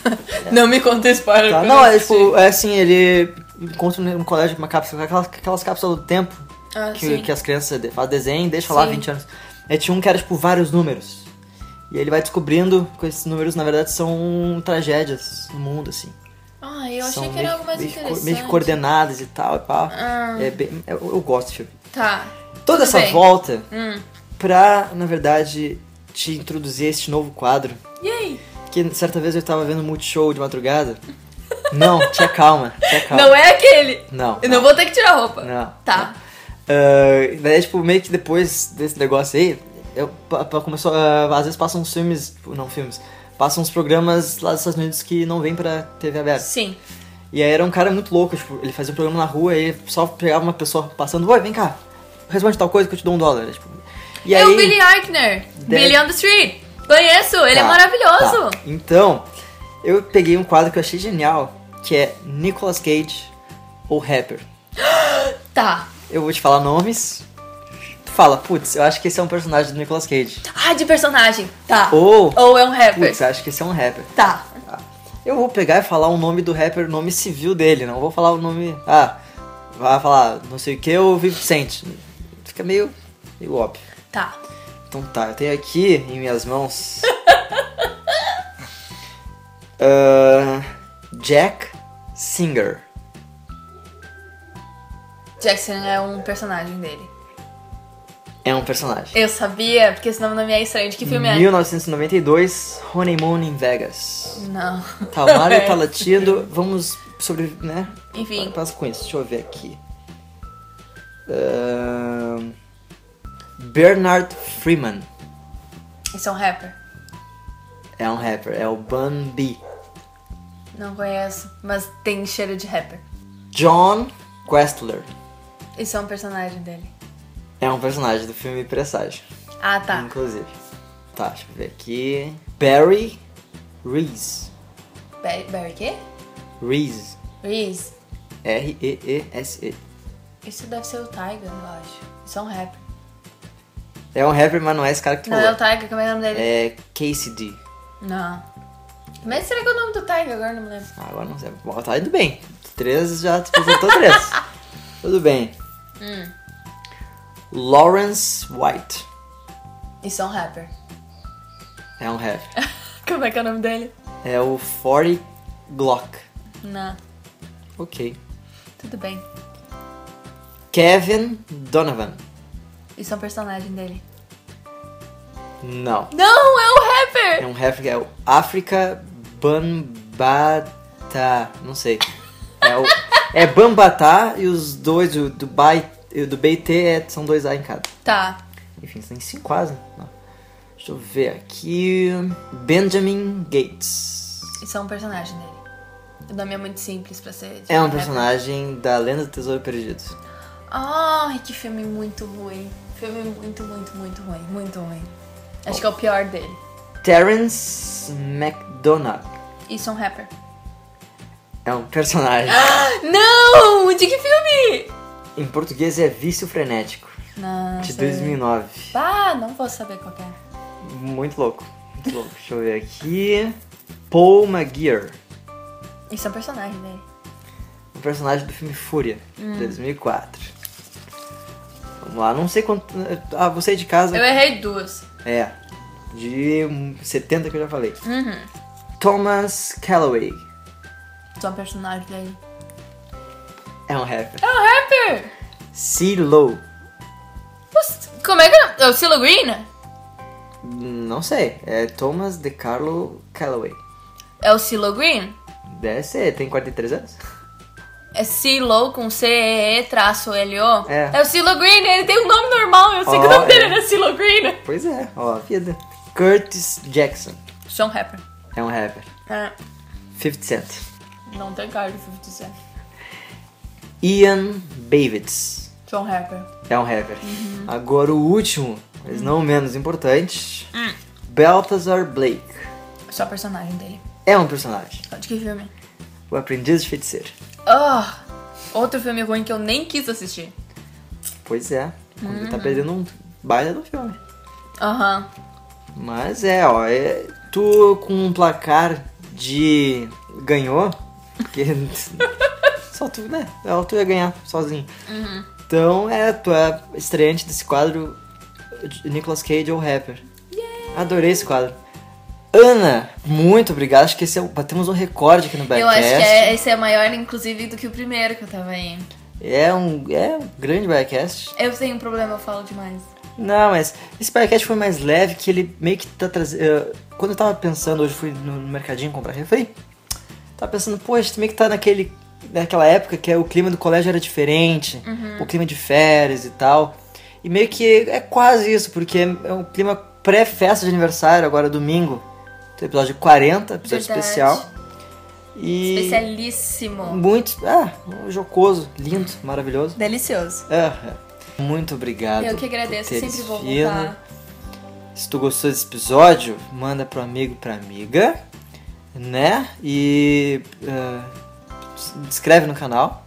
S2: <laughs> não me conta spoiler.
S1: é? Tá,
S2: porque eu
S1: Não, é
S2: assisti.
S1: tipo, é assim, ele encontra no colégio uma cápsula, aquelas, aquelas cápsulas do tempo
S2: Ah,
S1: tipo que,
S2: sim.
S1: que é as crianças de- fazem desenho e deixa lá
S2: Sim.
S1: 20 anos. Aí tinha um que era tipo vários números. E ele vai descobrindo que esses números, na verdade, são tragédias no mundo, assim.
S2: Ah, eu achei
S1: São
S2: que era
S1: meio-
S2: algo mais
S1: meio que co-
S2: interessante.
S1: Meio que coordenadas e tal, e pá.
S2: Ah.
S1: É bem, eu, eu gosto desse filme.
S2: Tá.
S1: Toda
S2: Tudo
S1: essa
S2: bem.
S1: volta
S2: Hum.
S1: pra, na verdade, te introduzir a este novo quadro.
S2: E aí?
S1: Que certa vez eu tava vendo Multishow de
S2: <laughs>
S1: madrugada. Não, tinha calma, tinha calma.
S2: Não é aquele.
S1: Tá. Não,
S2: Eu
S1: não.
S2: não vou ter que tirar a roupa.
S1: Não.
S2: Tá.
S1: Ah, daí, tipo, meio que depois desse negócio aí, eu pa- pa- começou. ah, às vezes passam uns filmes, tipo, não filmes, passam uns programas lá dos Estados Unidos que não vêm pra TV aberta.
S2: Sim.
S1: E aí era um cara muito louco, tipo, ele fazia um programa na rua e ele só pegava uma pessoa passando, oi, vem cá, responde tal coisa que eu te dou um dólar. Era, tipo, e
S2: é
S1: aí,
S2: o Billy Eichner,
S1: Deve-
S2: Billy on the Street. Conheço, ele é
S1: Tá,
S2: maravilhoso.
S1: tá. Então, eu peguei um quadro que eu achei genial, que é Nicolas Cage ou Rapper.
S2: Tá.
S1: Eu vou te falar nomes. Tu fala, putz, eu acho que esse é um personagem do Nicolas Cage.
S2: Ah, de personagem. Tá.
S1: Ou,
S2: Ou é um rapper.
S1: putz, eu acho que esse é um rapper. Ah,
S2: Tá.
S1: Eu vou pegar e falar o nome do rapper, o nome civil dele, não vou falar o nome. Ah, vai falar não sei o que ou 50 Cent. Fica meio, meio óbvio.
S2: Tá.
S1: Então tá, eu tenho aqui em minhas
S2: <laughs>
S1: mãos. Ah, Jack Singer.
S2: Jackson é um personagem dele.
S1: É um personagem.
S2: Eu sabia, porque esse nome não me é estranho. De que filme é?
S1: 1992, Honeymoon in Vegas.
S2: Não.
S1: Tá, o Mario
S2: <laughs>
S1: tá latindo. Vamos sobre. né?
S2: Enfim.
S1: Passa com isso, deixa eu ver aqui. Ahn, Bernard Freeman
S2: Esse é um rapper.
S1: é um rapper, é o Bun B.
S2: Não conheço, mas tem cheiro de rapper.
S1: John Questler
S2: Esse é um personagem dele.
S1: é um personagem do filme Presságio,
S2: Ah, tá.
S1: inclusive. Tá, deixa eu ver aqui. Barry Reese.
S2: Barry, Barry quê?
S1: Reese.
S2: Reese.
S1: R-E-E-S-E.
S2: Isso deve ser o Tiger, eu acho. Isso é um rapper.
S1: É um rapper, mas não é esse cara que tu
S2: Não, é o
S1: falou.
S2: Tiger, como é o nome dele?
S1: É KCD.
S2: Não. Mas será que é o nome do Tiger? Agora não me lembro.
S1: Ah, agora não sei. Bom, tá indo bem. Três já te apresentou três.
S2: <laughs>
S1: Tudo bem.
S2: Hum.
S1: Lawrence White.
S2: Isso é um rapper. <laughs>
S1: É um rapper.
S2: Como é que é o nome dele?
S1: É o 40 Glock.
S2: Não.
S1: Ok.
S2: Tudo bem.
S1: Kevin Donovan.
S2: Isso é um personagem dele.
S1: Não.
S2: Não, é um rapper!
S1: É um rapper que é o Africa Bambata. Não sei. É, o, é Bambata e os dois, o do, Bai- e o do BT, é, são dois A em cada.
S2: Tá.
S1: Enfim, você tem cinco quase. né? Não. Deixa eu ver aqui. Benjamin Gates.
S2: Isso é um personagem dele. O nome é muito simples pra ser.
S1: É um personagem da Lenda do Tesouro Perdido.
S2: Ai, que filme muito ruim. Filme muito, muito, muito ruim. Muito ruim. Acho que é o pior dele.
S1: Terence McDonough.
S2: Isso é um rapper.
S1: É um personagem.
S2: Não! De que filme?
S1: em português é Vício Frenético.
S2: Não,
S1: De
S2: sei.
S1: 2009.
S2: Ah, não vou saber qual que é.
S1: Muito louco. Muito louco. Deixa eu ver aqui. Paul McGear.
S2: Isso é um personagem dele.
S1: Um personagem do filme Fúria. de 2004. Vamos lá. Não sei quanto... Ah, você aí de casa...
S2: Eu errei duas.
S1: É. De hum, 70 que eu já falei.
S2: Uhum.
S1: Thomas Calloway
S2: Isso é um personagem dele.
S1: é um rapper.
S2: É um rapper!
S1: CeeLo.
S2: Você- Como é que é? É o Silo Green?
S1: Não sei. É Thomas de Carlo Calloway.
S2: É o Silo Green?
S1: Deve ser. Tem 43 anos?
S2: É Silo com C-E-E traço L-O?
S1: É.
S2: o Silo Green, ele tem um nome normal. Eu sei que o
S1: Ó,
S2: nome dele
S1: é.
S2: era Silo Green. né?
S1: Pois é. Ó, a vida. Curtis Jackson
S2: Isso é um rapper.
S1: é um rapper.
S2: É.
S1: 50 Cent.
S2: Não tem cara de 50 Cent.
S1: Ian Davids
S2: John Rapper.
S1: é um rapper. Agora o último, mas não menos importante. Balthazar Blake
S2: Só o personagem dele.
S1: é um personagem.
S2: De que filme?
S1: O aprendiz de feiticeiro.
S2: Ah! outro filme ruim que eu nem quis assistir.
S1: Pois é. Ele tá perdendo um baita do filme.
S2: Aham.
S1: Mas é, ó. é- tu com um placar de. ganhou.
S2: <laughs>
S1: Porque. só tu, né? Ela tu ia ganhar sozinho.
S2: Uhum.
S1: Então é, tu é estreante desse quadro de Nicolas Cage ou rapper. Adorei esse quadro. Ana, muito obrigado. Acho que esse é, o- batemos um recorde aqui no
S2: Eu
S1: Backcast.
S2: acho que é- esse é maior, inclusive, do que o primeiro que eu tava aí.
S1: É um, é um grande Backcast.
S2: Eu tenho um problema, eu falo demais.
S1: Não, mas esse podcast foi mais leve que ele meio que tá trazendo. quando eu tava pensando, hoje fui no mercadinho comprar refri, tava pensando, poxa, tu meio que tá naquele, naquela época que é, o clima do colégio era diferente,
S2: Uhum.
S1: o clima de férias e tal. E meio que é quase isso, porque é um clima pré-festa de aniversário, agora é domingo, tem o episódio 40, episódio
S2: Verdade.
S1: especial. E
S2: Especialíssimo.
S1: muito. Ah, um jocoso, lindo, maravilhoso.
S3: Delicioso.
S1: É, é. Muito obrigado.
S2: Eu que
S1: por
S2: agradeço,
S1: teres
S2: sempre vou
S1: vindo.
S2: voltar.
S1: Se tu gostou desse episódio, manda pro amigo e pra amiga, né? E ah, se inscreve no canal,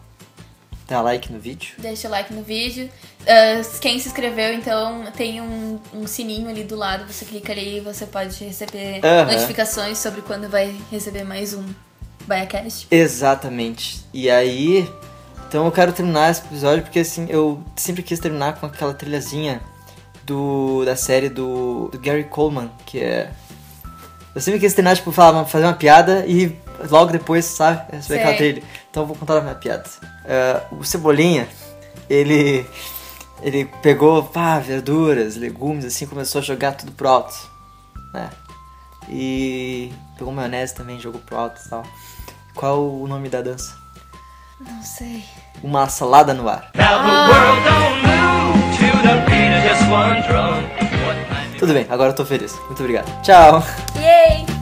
S1: dá like no vídeo.
S2: Deixa o like no vídeo. Ah, quem se inscreveu, então, tem um, um sininho ali do lado. Você clica ali e você pode receber
S1: Aham.
S2: notificações sobre quando vai receber mais um BaiaCast.
S1: Exatamente. E aí, então eu quero terminar esse episódio porque assim, eu sempre quis terminar com aquela trilhazinha do da série do, do Gary Coleman, que é eu sempre quis terminar tipo falar, uma- fazer uma piada e logo depois, sabe, receber aquela
S2: Sei.
S1: trilha. Então eu vou contar a minha piada. É, o Cebolinha, ele ele pegou, pá, verduras, legumes assim, começou a jogar tudo pro alto, né? E pegou maionese também, jogou pro alto e tal. Qual o nome da dança?
S2: Não sei.
S1: Uma salada no ar.
S4: Now the world don't move to the beat of just one drum. What might be-
S1: Tudo bem, agora eu tô feliz. Muito obrigado. Tchau!
S2: Yay!